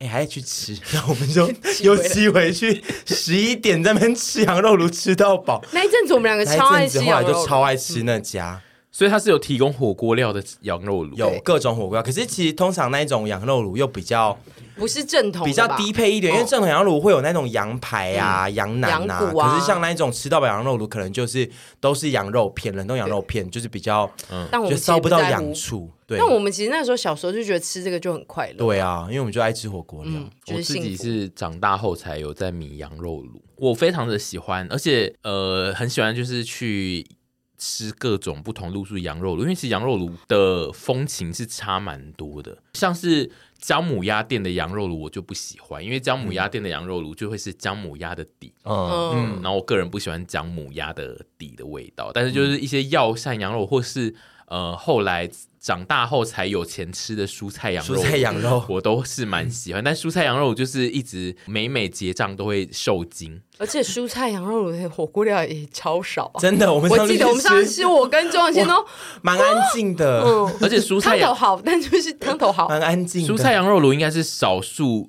Speaker 2: 哎、还要去吃，然后我们 就又骑回去，十一点在那边吃羊肉炉，吃到饱。
Speaker 1: 那一阵子我们两个
Speaker 2: 那
Speaker 1: 超
Speaker 2: 一
Speaker 1: 爱
Speaker 2: 阵
Speaker 1: 吃
Speaker 2: 子后来
Speaker 1: 羊肉
Speaker 2: 就
Speaker 1: 炉，嗯
Speaker 2: 超爱吃那家，
Speaker 3: 所以它是有提供火锅料的羊肉炉。
Speaker 2: 有各种火锅料。可是其实通常那一种羊肉炉又比较
Speaker 1: 不是正统的
Speaker 2: 比较
Speaker 1: 吧
Speaker 2: 低配一点，因为
Speaker 1: 哦嗯
Speaker 2: 正统羊肉炉会有那种羊排啊、羊腩
Speaker 1: 羊骨啊
Speaker 2: 可是像那一种吃到饱羊肉炉，可能就是都是羊肉片，冷冻羊肉片，就是比较
Speaker 1: 但我
Speaker 2: 就
Speaker 1: 们其
Speaker 2: 烧
Speaker 1: 实
Speaker 2: 不到
Speaker 1: 在
Speaker 2: 羊
Speaker 1: 乎
Speaker 2: 醋。对
Speaker 1: 但，我们其实那时候小时候就觉得吃这个就很快乐，
Speaker 2: 对啊，因为我们就爱吃火锅料。
Speaker 1: 嗯，就
Speaker 3: 我
Speaker 1: 是
Speaker 3: 自
Speaker 1: 幸
Speaker 3: 己
Speaker 1: 福。
Speaker 3: 是长大后才有在米羊肉炉，我非常的喜欢，而且呃很喜欢就是去吃各种不同路数的羊肉炉，因为其实羊肉炉的风情是差蛮多的，像是姜母鸭店的羊肉炉我就不喜欢，因为姜母鸭店的羊肉炉就会是姜母鸭的底。
Speaker 4: 嗯，
Speaker 1: 嗯，
Speaker 3: 然后我个人不喜欢姜母鸭的底的味道，但是
Speaker 1: 嗯
Speaker 3: 就是一些药膳羊肉，或是呃后来长大后才有钱吃的蔬
Speaker 1: 嗯
Speaker 3: 菜羊肉，
Speaker 2: 蔬菜羊 肉，
Speaker 3: 我都是蛮喜欢，但蔬菜羊肉我就是一直每每结账都会受惊。
Speaker 1: 而且蔬菜羊肉卤的火锅料也超少啊。
Speaker 2: 真的，我们
Speaker 1: 我
Speaker 2: 上次
Speaker 1: 记得我们上次
Speaker 2: 去吃
Speaker 1: 吃，我跟周永先都，
Speaker 2: 蛮安静的，
Speaker 1: 嗯，
Speaker 3: 而且蔬菜
Speaker 1: 汤头
Speaker 3: 羊
Speaker 1: 好，但就是汤头好，
Speaker 2: 蛮安静的。
Speaker 3: 蔬菜羊肉炉应该是少数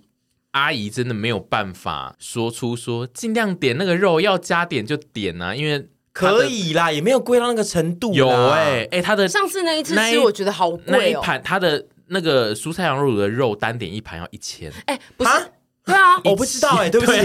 Speaker 3: 阿姨真的没有办法说出说尽量点那个肉要加点就点啊，因为它的
Speaker 2: 可以啦，也没有贵到那个程度啦。
Speaker 3: 有哎、哎、它的
Speaker 1: 上次那一次
Speaker 3: 那一
Speaker 1: 吃，我觉得好
Speaker 3: 那一
Speaker 1: 贵哦。
Speaker 3: 盘它的那个蔬菜羊肉炉的肉单点一盘要一千。
Speaker 1: 哎，不是
Speaker 2: 啊，
Speaker 1: 对啊，
Speaker 2: 我不知道哎，对不起，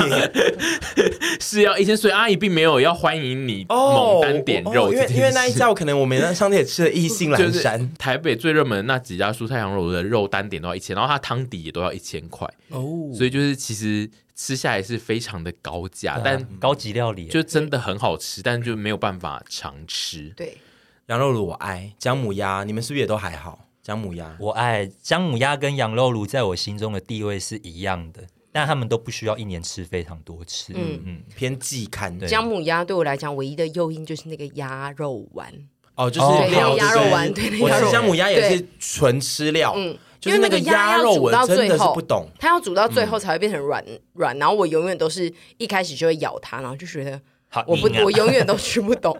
Speaker 3: 是要一千岁阿姨并没有要欢迎你
Speaker 2: 哦，
Speaker 3: 猛单点肉
Speaker 2: 哦
Speaker 3: 这
Speaker 2: 因
Speaker 3: 件
Speaker 2: 为
Speaker 3: 事，
Speaker 2: 因为那一家我可能我们上次也吃了意兴阑
Speaker 3: 就是
Speaker 2: 珊
Speaker 3: 台北最热门的那几家蔬菜羊肉的肉单点都要一千，然后它汤底也都要一千块，
Speaker 2: 哦，
Speaker 3: 所以就是其实吃下来是非常的高价，但
Speaker 4: 啊高级料理，啊
Speaker 3: 就真的很好吃，但就没有办法常吃。
Speaker 1: 对，
Speaker 2: 羊肉卤我爱，姜母鸭，你们是不是也都还好？姜母鸭，
Speaker 4: 我爱姜母鸭跟羊肉炉在我心中的地位是一样的，但他们都不需要一年吃非常多次。嗯嗯，
Speaker 2: 偏季刊的
Speaker 1: 姜母鸭对我来讲唯一的诱因就是那个鸭肉丸，
Speaker 2: 哦，就是
Speaker 4: 哦
Speaker 2: 料
Speaker 4: 对
Speaker 1: 鸭
Speaker 2: 对
Speaker 1: 肉丸
Speaker 2: 对
Speaker 1: 对
Speaker 2: 我
Speaker 1: 鸭肉
Speaker 2: 吃
Speaker 1: 丸
Speaker 2: 姜母鸭也是纯吃料，
Speaker 1: 嗯
Speaker 2: 就是
Speaker 1: 因为
Speaker 2: 那
Speaker 1: 那
Speaker 2: 个
Speaker 1: 个鸭
Speaker 2: 肉
Speaker 1: 要煮
Speaker 2: 我
Speaker 1: 到
Speaker 2: 真
Speaker 1: 最
Speaker 2: 的是
Speaker 1: 后
Speaker 2: 不懂，
Speaker 1: 它要煮到最后才会变成软软，然后我永远都是一开始就会咬它，然后就觉得
Speaker 4: 好
Speaker 1: 我不
Speaker 4: 硬啊
Speaker 1: 我永远都吃不懂。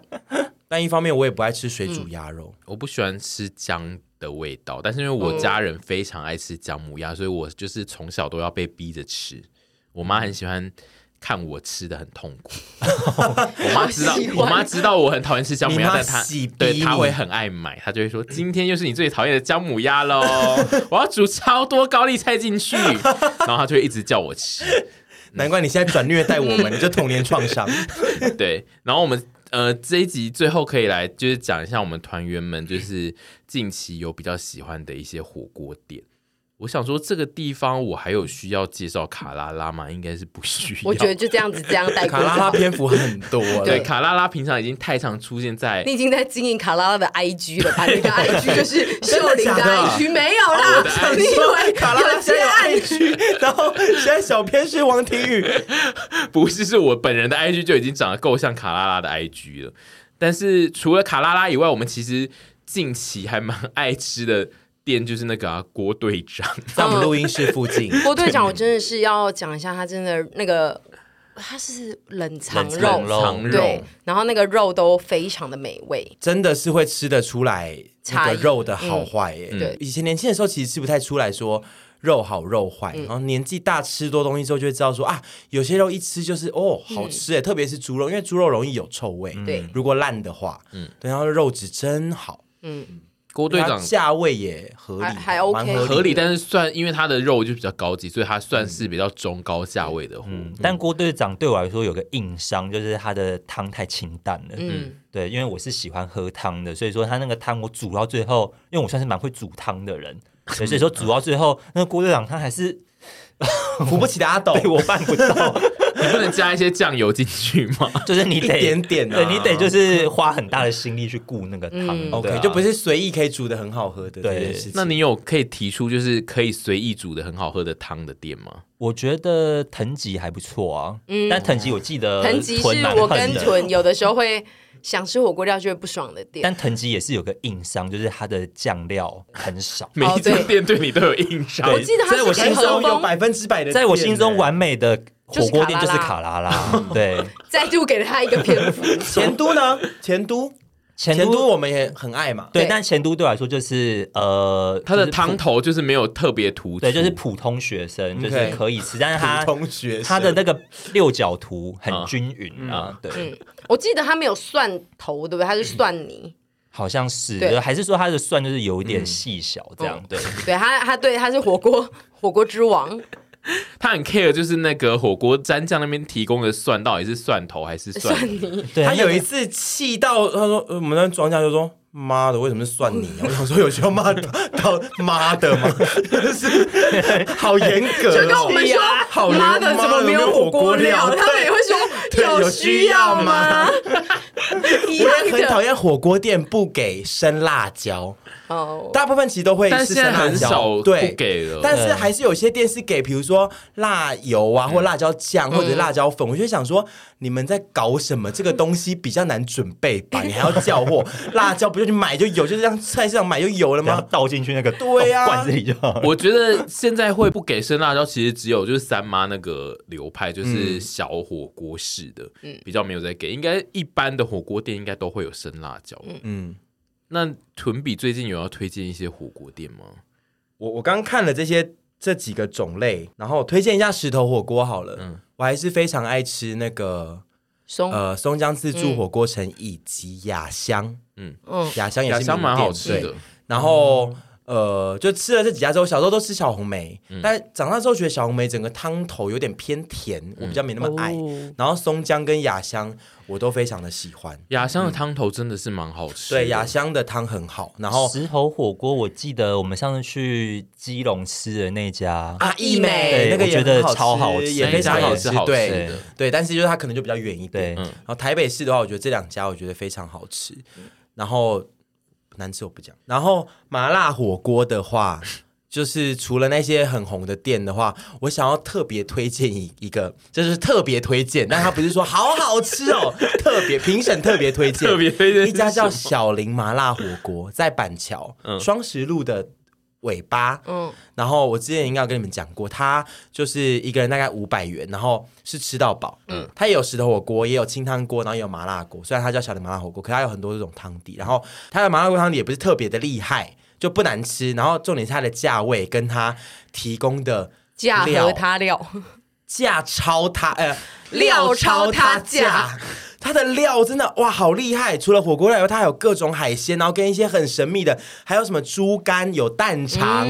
Speaker 2: 但一方面我也不爱吃水煮
Speaker 1: 嗯
Speaker 2: 鸭肉，
Speaker 3: 我不喜欢吃姜的味道，但是因为
Speaker 2: 嗯
Speaker 3: 我家人非常爱吃姜母鸭，所以我就是从小都要被逼着吃。我妈很喜欢看我吃的很痛 苦，我妈知道
Speaker 1: 好喜，欢
Speaker 3: 我妈知道我很讨厌吃姜母
Speaker 2: 你
Speaker 3: 鸭，
Speaker 2: 妈
Speaker 3: 但她
Speaker 2: 洗逼
Speaker 3: 对
Speaker 2: 你
Speaker 3: 她会很爱买，她就会说今天又是你最讨厌的姜母鸭喽，我要煮超多高丽菜进去，然后她就会一直叫我吃。
Speaker 2: 难怪你现在转虐待我们，你这童年创 伤。
Speaker 3: 对，然后我们呃这一集最后可以来就是讲一下我们团员们就是近期有比较喜欢的一些火锅店。我想说这个地方我还有需要介绍卡拉拉吗？应该是不需要。
Speaker 1: 我觉得就这样子这样带过
Speaker 2: 卡拉
Speaker 1: 就
Speaker 2: 拉
Speaker 1: 好。
Speaker 2: 篇幅很多了，
Speaker 3: 对卡拉拉平常已经太常出现在
Speaker 1: 你已经在经营卡拉拉的 IG 了吧？你的 IG 就是秀玲
Speaker 2: 真的假的哎
Speaker 1: IG 没有啦
Speaker 3: 我的，IG
Speaker 1: 你以为
Speaker 2: 卡拉拉
Speaker 1: 有接
Speaker 2: 现在
Speaker 1: 案
Speaker 2: 有 IG，然 后现在小编是王 庭宇，
Speaker 3: 不是是我本人的 IG 就已经长得够像卡拉拉的 IG 了。但是除了卡拉拉以外，我们其实近期还蛮爱吃的店就是那个、啊、郭队长。
Speaker 2: 在我
Speaker 1: 哦
Speaker 2: 们录音室附近，
Speaker 1: 郭队长，我真的是要讲一下，他真的那个他是冷藏
Speaker 4: 冷
Speaker 1: 肉
Speaker 4: 藏，
Speaker 3: 藏
Speaker 1: 对
Speaker 3: 肉，，
Speaker 1: 然后那个肉都非常的美味，
Speaker 2: 真的是会吃得出来那
Speaker 1: 差
Speaker 2: 个
Speaker 1: 异
Speaker 2: 肉的好坏耶。
Speaker 1: 嗯对
Speaker 2: 以前年轻的时候其实吃不太出来说肉好肉坏，
Speaker 1: 嗯
Speaker 2: 然后年纪大吃多东西之后就会知道说啊，有些肉一吃就是哦好吃哎，特别是猪肉，因为猪肉容易有臭味，
Speaker 1: 嗯对
Speaker 2: 如果烂的话，嗯，对，然后肉质真好，
Speaker 1: 嗯，
Speaker 3: 郭队
Speaker 2: 它
Speaker 3: 长
Speaker 2: 价位也合理，啊
Speaker 1: 还还
Speaker 2: 蛮
Speaker 1: OK
Speaker 2: 合理的
Speaker 3: 合理，但是算因为它的肉就比较高级，所以它算是比较中高价位的货。
Speaker 4: 嗯但郭队长对我来说有个硬伤，就是他的汤太清淡了。
Speaker 1: 嗯，
Speaker 4: 对，因为我是喜欢喝汤的，所以说他那个汤我煮到最后，因为我算是蛮会煮汤的人，对所以说
Speaker 1: 嗯
Speaker 4: 煮到最后，那个郭队长他还是
Speaker 2: 扶不起的阿斗，
Speaker 4: 被我办不到，
Speaker 3: 你不能加一些酱油进去吗？
Speaker 4: 就是你
Speaker 2: 一
Speaker 4: 得
Speaker 2: 点点啊
Speaker 4: 对你得就是花很大的心力去顾那个汤。
Speaker 1: 嗯
Speaker 4: 对
Speaker 2: OK，
Speaker 4: 啊
Speaker 2: 就不是随意可以煮的很好喝的这
Speaker 4: 对
Speaker 2: 件事情。
Speaker 3: 那你有可以提出就是可以随意煮的很好喝的汤的店吗？。
Speaker 4: 我觉得藤吉还不错啊，但藤吉我记
Speaker 2: 呃
Speaker 4: 得
Speaker 1: 嗯藤吉是
Speaker 4: 豚蛮
Speaker 1: 我
Speaker 4: 恨
Speaker 1: 跟
Speaker 4: 的
Speaker 1: 屯有的时候会想吃火锅料就会不爽的店，
Speaker 4: 但藤吉也是有个硬伤，就是它的酱料很 少
Speaker 3: 每一家
Speaker 1: 对
Speaker 3: 店对你都有印象。
Speaker 1: 我记得他
Speaker 2: 在我
Speaker 1: 是
Speaker 2: 心
Speaker 1: 给和
Speaker 2: 中有
Speaker 1: 风，
Speaker 2: 百分之百的，欸
Speaker 4: 在我心中，完美的火锅店
Speaker 1: 就
Speaker 4: 就是是
Speaker 1: 卡
Speaker 4: 卡拉拉， 对，
Speaker 1: 再度给了他一个篇 幅，
Speaker 2: 前都呢？前都，
Speaker 4: 前
Speaker 2: 前都
Speaker 4: 都
Speaker 2: 我们也很爱嘛。
Speaker 4: 对，
Speaker 1: 对
Speaker 4: 但前都对我来说就是呃，
Speaker 3: 它的
Speaker 4: 就是
Speaker 3: 汤
Speaker 4: 普
Speaker 3: 头就是没有特别突出，
Speaker 4: 对，就是普通学生，就
Speaker 2: OK
Speaker 4: 是可以吃，但是
Speaker 2: 普
Speaker 4: 它
Speaker 2: 通学生，
Speaker 4: 它的那个六角图
Speaker 3: 啊
Speaker 4: 很均匀啊，对，
Speaker 1: 嗯，我记得他没有蒜头，对不对？他是蒜 泥，
Speaker 4: 好像是，
Speaker 1: 对
Speaker 4: 就还是说它的蒜就是有一点细小这样
Speaker 1: 嗯，
Speaker 4: 对，
Speaker 1: 对他，他对他是火锅火锅之王，
Speaker 3: 他很 care，就是那个火锅蘸酱那边提供的蒜到底是蒜头还是蒜
Speaker 1: 蒜？泥，
Speaker 4: 对
Speaker 2: 他
Speaker 4: 那
Speaker 2: 有
Speaker 4: 个
Speaker 2: 一次气到他说，呃我们那庄家就说。妈的，为什么是算你、 啊？我想说有需要骂到到妈的吗？ 就是好严格、哦，
Speaker 1: 就跟我们说，
Speaker 2: 好严
Speaker 1: 妈的，怎么没有火锅料？他们也会
Speaker 2: 对
Speaker 1: 说
Speaker 2: 有需
Speaker 1: 需
Speaker 2: 要吗
Speaker 1: 吗？ 一样
Speaker 2: 我也很讨
Speaker 1: 的
Speaker 2: 厌火锅店不给生辣椒，
Speaker 1: 哦，
Speaker 2: 大部分其实都会
Speaker 3: 但
Speaker 2: 是
Speaker 3: 现
Speaker 2: 生
Speaker 3: 在
Speaker 2: 辣
Speaker 3: 很少
Speaker 2: 椒，
Speaker 3: 不
Speaker 2: 对，
Speaker 3: 给了。
Speaker 2: 但是还是有些店是给，比如说辣油
Speaker 3: 嗯
Speaker 2: 啊，或辣椒酱，或者辣椒粉。我就想说，你们在搞什么？这个东西比较难准备 吧？你还要叫货？辣椒不就去买就有，就是让菜市场买就有了
Speaker 4: 然后
Speaker 3: 啊
Speaker 2: 吗？
Speaker 4: 倒进去那个
Speaker 2: 对啊
Speaker 4: 哦罐子里就好了。
Speaker 3: 我觉得现在会不给生辣椒，其实只有就是三妈那个流派，就是
Speaker 2: 嗯
Speaker 3: 小火锅式的，比较没有在给。应该一般的火锅店应该都会有生辣椒。
Speaker 2: 嗯，
Speaker 3: 那屯比最近有要推荐一些火锅店吗？
Speaker 2: 我我刚看了这些这几个种类，然后推荐一下石头火锅好了。
Speaker 3: 嗯
Speaker 2: 我还是非常爱吃那个
Speaker 1: 松，
Speaker 2: 呃松江自
Speaker 3: 嗯
Speaker 2: 助火锅城以及雅香，
Speaker 1: 嗯，
Speaker 2: 雅香也
Speaker 3: 雅
Speaker 2: 是
Speaker 3: 香
Speaker 2: 名
Speaker 3: 蛮好
Speaker 2: 店
Speaker 3: 吃
Speaker 2: 对
Speaker 3: 的，
Speaker 2: 然后呃，就吃了这几家之后，小时候都吃小红梅，
Speaker 3: 嗯
Speaker 2: 但长大之后觉得小红梅整个汤头有点偏甜，我比较没那
Speaker 3: 嗯
Speaker 2: 么爱。
Speaker 1: 哦
Speaker 2: 然后松江跟雅香我都非常的喜欢，
Speaker 3: 雅香的汤头真的是蛮好吃的，
Speaker 2: 对雅香的汤很好，然后
Speaker 4: 石头火锅，我记得我们上次去基隆吃的那家，
Speaker 2: 啊
Speaker 1: 益美
Speaker 2: 那个
Speaker 4: 对
Speaker 2: 也
Speaker 4: 我觉得
Speaker 2: 很好
Speaker 4: 超好
Speaker 2: 吃，
Speaker 4: 吃
Speaker 2: 也
Speaker 3: 那
Speaker 2: 非
Speaker 3: 一
Speaker 2: 常
Speaker 3: 家
Speaker 2: 好
Speaker 3: 也
Speaker 2: 吃
Speaker 3: 是，好吃
Speaker 2: 对
Speaker 3: 的。
Speaker 2: 对，但是就是它可能就比较远一点。
Speaker 4: 对哦
Speaker 3: 嗯
Speaker 2: 然后台北市的话，我觉得这两家我觉得非常好吃，然后难吃我不讲。然后麻辣火锅的话，就是除了那些很红的店的话，我想要特别推荐一一个，就是特别推荐，但他不是说好好吃 哦，特别评审特别推荐，
Speaker 3: 特别推荐
Speaker 2: 一家叫
Speaker 3: 是什
Speaker 2: 小林麻辣火锅，在板桥
Speaker 3: 嗯
Speaker 2: 双十路的尾巴，
Speaker 1: 嗯，
Speaker 2: 然后我之前应该有跟你们讲过，它就是一个人大概五百元，然后是吃到饱。嗯，它也有石头火锅，也有清汤锅，然后也有麻辣锅。虽然它叫小林麻辣火锅，可它有很多这种汤底。然后它的麻辣锅汤底也不是特别的厉害，就不难吃。然后重点是它的价位跟它提供的
Speaker 1: 价
Speaker 2: 料
Speaker 1: 和它料，
Speaker 2: 价超它呃
Speaker 1: 料超它价。
Speaker 2: 它的料真的哇，好厉害！除了火锅料以外，它还有各种海鲜，然后跟一些很神秘的，还有什么猪肝、有蛋肠，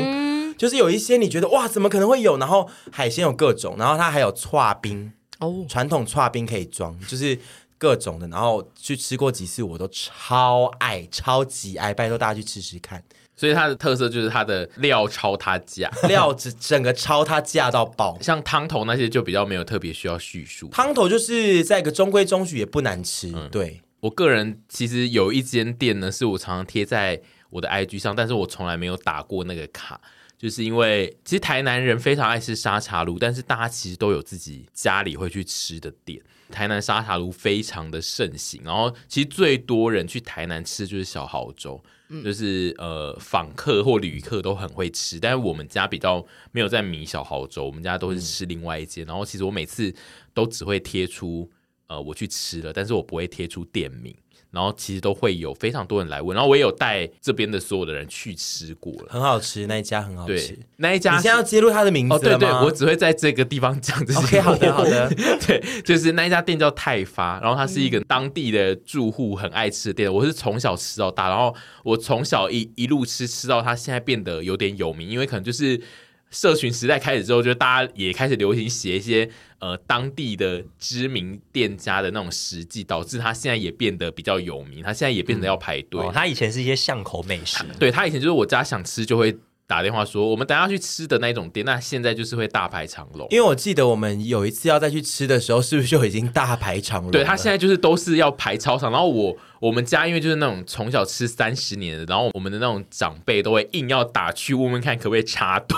Speaker 2: 就是有一些你觉得哇，怎么可能会有？然后海鲜有各种，然后它还有串冰，
Speaker 1: 哦，
Speaker 2: 传统串冰可以装，就是各种的。然后去吃过几次，我都超爱，超级爱，拜托大家去吃吃看，
Speaker 3: 所以它的特色就是它的料超它价，
Speaker 2: 料整整个超它价到爆。
Speaker 3: 像汤头那些就比较没有特别需要叙述。
Speaker 2: 汤头就是在一个中规中矩，也不难吃，对。
Speaker 3: 我个人其实有一间店呢，是我常常贴在我的 IG 上，但是我从来没有打过那个卡，就是因为其实台南人非常爱吃沙茶炉，但是大家其实都有自己家里会去吃的店。台南沙茶炉非常的盛行，然后其实最多人去台南吃就是小蚝粥，就是呃访客或旅客都很会吃，但是我们家比较没有在迷小蚝粥，我们家都是吃另外一间。然后其实我每次都只会贴出呃我去吃了，但是我不会贴出店名。然后其实都会有非常多人来问，然后我也有带这边的所有的人去吃过了。
Speaker 2: 很好吃，那一家很好吃。
Speaker 3: 对
Speaker 2: 你，
Speaker 3: 那一家
Speaker 2: 现在要
Speaker 3: 是
Speaker 2: 揭露他的名字
Speaker 3: 哦，对
Speaker 2: 了
Speaker 3: 对，
Speaker 2: 吗？
Speaker 3: 我只会在这个地方讲这些。
Speaker 2: OK，好 的好的。
Speaker 3: 对，就是那一家店叫泰发，然后它是一个当地的住户很爱吃的店。我是从小吃到大，然后我从小一一路吃吃到它现在变得有点有名，因为可能就是社群时代开始之后，就大家也开始流行写一些呃当地的知名店家的那种实际，导致它现在也变得比较有名，它现在也变得要排队。
Speaker 4: 哦，它以前是一些巷口美食，
Speaker 3: 对他以前就是我家想吃就会打电话说我们等一下去吃的那种店，那现在就是会大排长龙。
Speaker 2: 因为我记得我们有一次要再去吃的时候，是不是就已经大排长龙了？
Speaker 3: 对他现在就是都是要排操场，然后我我们家因为就是那种从小吃三十年的，然后我们的那种长辈都会硬要打去问问看可不可以插 队，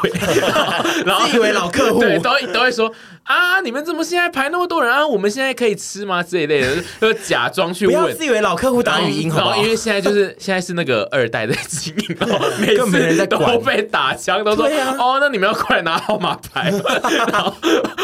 Speaker 3: 然后
Speaker 2: 自以为老客户
Speaker 3: 对，都会都会说啊，你们怎么现在排那么多人啊？我们现在可以吃吗？这一类的，就假装去
Speaker 2: 不要
Speaker 3: 问
Speaker 2: 自。以为老客户打语音，好
Speaker 3: 然
Speaker 2: 不
Speaker 3: 后
Speaker 2: 好
Speaker 3: 因？为现在就是 现在是那个二代在经营，然后每
Speaker 2: 根本没人在
Speaker 3: 次
Speaker 2: 管
Speaker 3: 都被打枪，都说、
Speaker 2: 对啊
Speaker 3: 哦，那你们要过来拿号码牌。 然后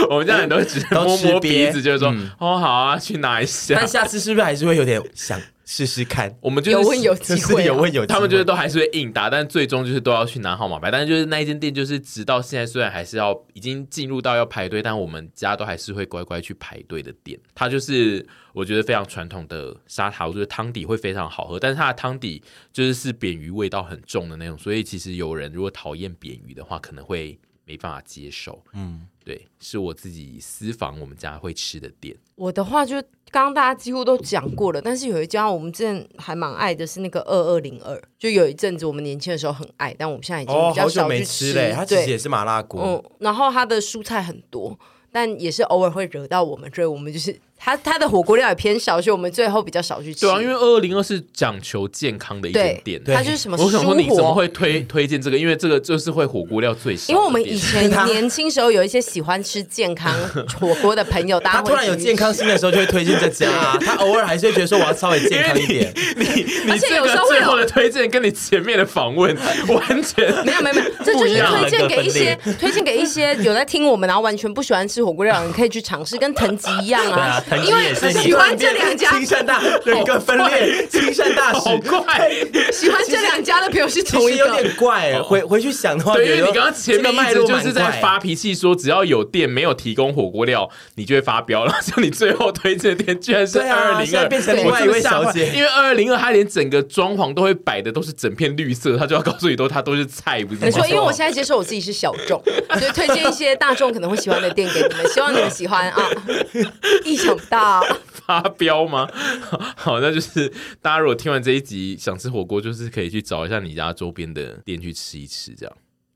Speaker 3: 我们家人都只能
Speaker 2: 都
Speaker 3: 摸
Speaker 2: 吃
Speaker 3: 摸
Speaker 2: 瘪嗯
Speaker 3: 鼻子，就是说、哦好啊，去拿一下
Speaker 2: 但。下次是不是还是会有点想试试看？
Speaker 3: 我们就是
Speaker 1: 有问有机
Speaker 2: 就
Speaker 1: 会啊
Speaker 2: 是有问有机会，
Speaker 3: 他们就是都还是会应答，但最终就是都要去拿号码牌。但是就是那一间店，就是直到现在虽然还是要已经进入到要排队，但我们家都还是会乖乖去排队的店。它就是我觉得非常传统的沙茶，我觉得汤底会非常好喝，但是它的汤底就是是扁鱼味道很重的那种，所以其实有人如果讨厌扁鱼的话，可能会没办法接受。嗯，对，是我自己私房我们家会吃的店。
Speaker 1: 我的话就刚刚大家几乎都讲过了，但是有一家我们之前还蛮爱的是那个二二零二，就有一阵子我们年轻的时候很爱，但我们现在已经
Speaker 2: 哦
Speaker 1: 比，较
Speaker 2: 好久
Speaker 1: 少
Speaker 2: 没
Speaker 1: 去
Speaker 2: 吃嘞。
Speaker 1: 对，
Speaker 2: 它其实也是麻辣锅，
Speaker 1: 嗯，然后它的蔬菜很多，但也是偶尔会惹到我们，所以我们就是它它的火锅料也偏少，所以我们最后比较少去吃。
Speaker 3: 对啊，因为二零二是讲求健康的一间
Speaker 1: 对
Speaker 3: 店，
Speaker 1: 它就是什么
Speaker 3: 我想说你怎么
Speaker 1: 蔬火。
Speaker 3: 会推推荐这个？因为这个就是会火锅料最少的店。
Speaker 1: 因为我们以前
Speaker 2: 它
Speaker 1: 年轻时候有一些喜欢吃健康 火锅的朋友，大
Speaker 2: 他
Speaker 1: 家
Speaker 2: 突然有健康心的时候就会推荐这家啊。他偶尔还是会觉得说我要稍微健康一点，
Speaker 3: 你
Speaker 1: 而且
Speaker 3: 这
Speaker 1: 有
Speaker 3: 个
Speaker 1: 时候会
Speaker 3: 最
Speaker 1: 有
Speaker 3: 后的推荐跟你前面的访问完全
Speaker 1: 没有没有没有，这就是 推荐给一些
Speaker 4: 不
Speaker 1: 推荐给一些有在听我们然后完全不喜欢吃火锅料的人，可以去尝试，跟藤吉一样
Speaker 4: 对啊
Speaker 1: 啊，
Speaker 4: 藤吉也是
Speaker 1: 喜
Speaker 4: 你
Speaker 1: 因为。欢这两 家
Speaker 2: 青山大人格分裂，青山大使
Speaker 3: 好怪。
Speaker 1: 喜欢这两家的朋友是
Speaker 2: 其
Speaker 1: 同
Speaker 2: 实
Speaker 1: 一
Speaker 2: 有
Speaker 1: 个。
Speaker 2: 点怪，回回去想的话，
Speaker 3: 对，因为
Speaker 2: 觉得
Speaker 3: 你刚刚前面
Speaker 2: 这个脉
Speaker 3: 一直
Speaker 2: 络
Speaker 3: 就是在
Speaker 2: 蛮怪
Speaker 3: 发。脾气，说只要有店没有提供火锅料，你就会发飙。然后就你最后推荐的店居然是
Speaker 2: 对啊现
Speaker 3: 二零
Speaker 2: 在
Speaker 3: 二，
Speaker 2: 变成
Speaker 1: 另
Speaker 2: 外一位小姐
Speaker 3: 因为二零二它连整个装潢都会摆的都是整片绿色，他就要告诉你都它都是菜，不是吗？
Speaker 1: 你说，因为我现在接受我自己是小众，所以推荐一些大众可能会喜欢的店给你们，希望你们喜欢啊！ 意想不到，
Speaker 3: 发飙吗？ 好，那就是大家如果听完这一集想吃火锅，就是可以去找一下你家周边的店去吃一吃，这样。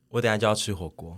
Speaker 2: 我等一下就要吃火锅。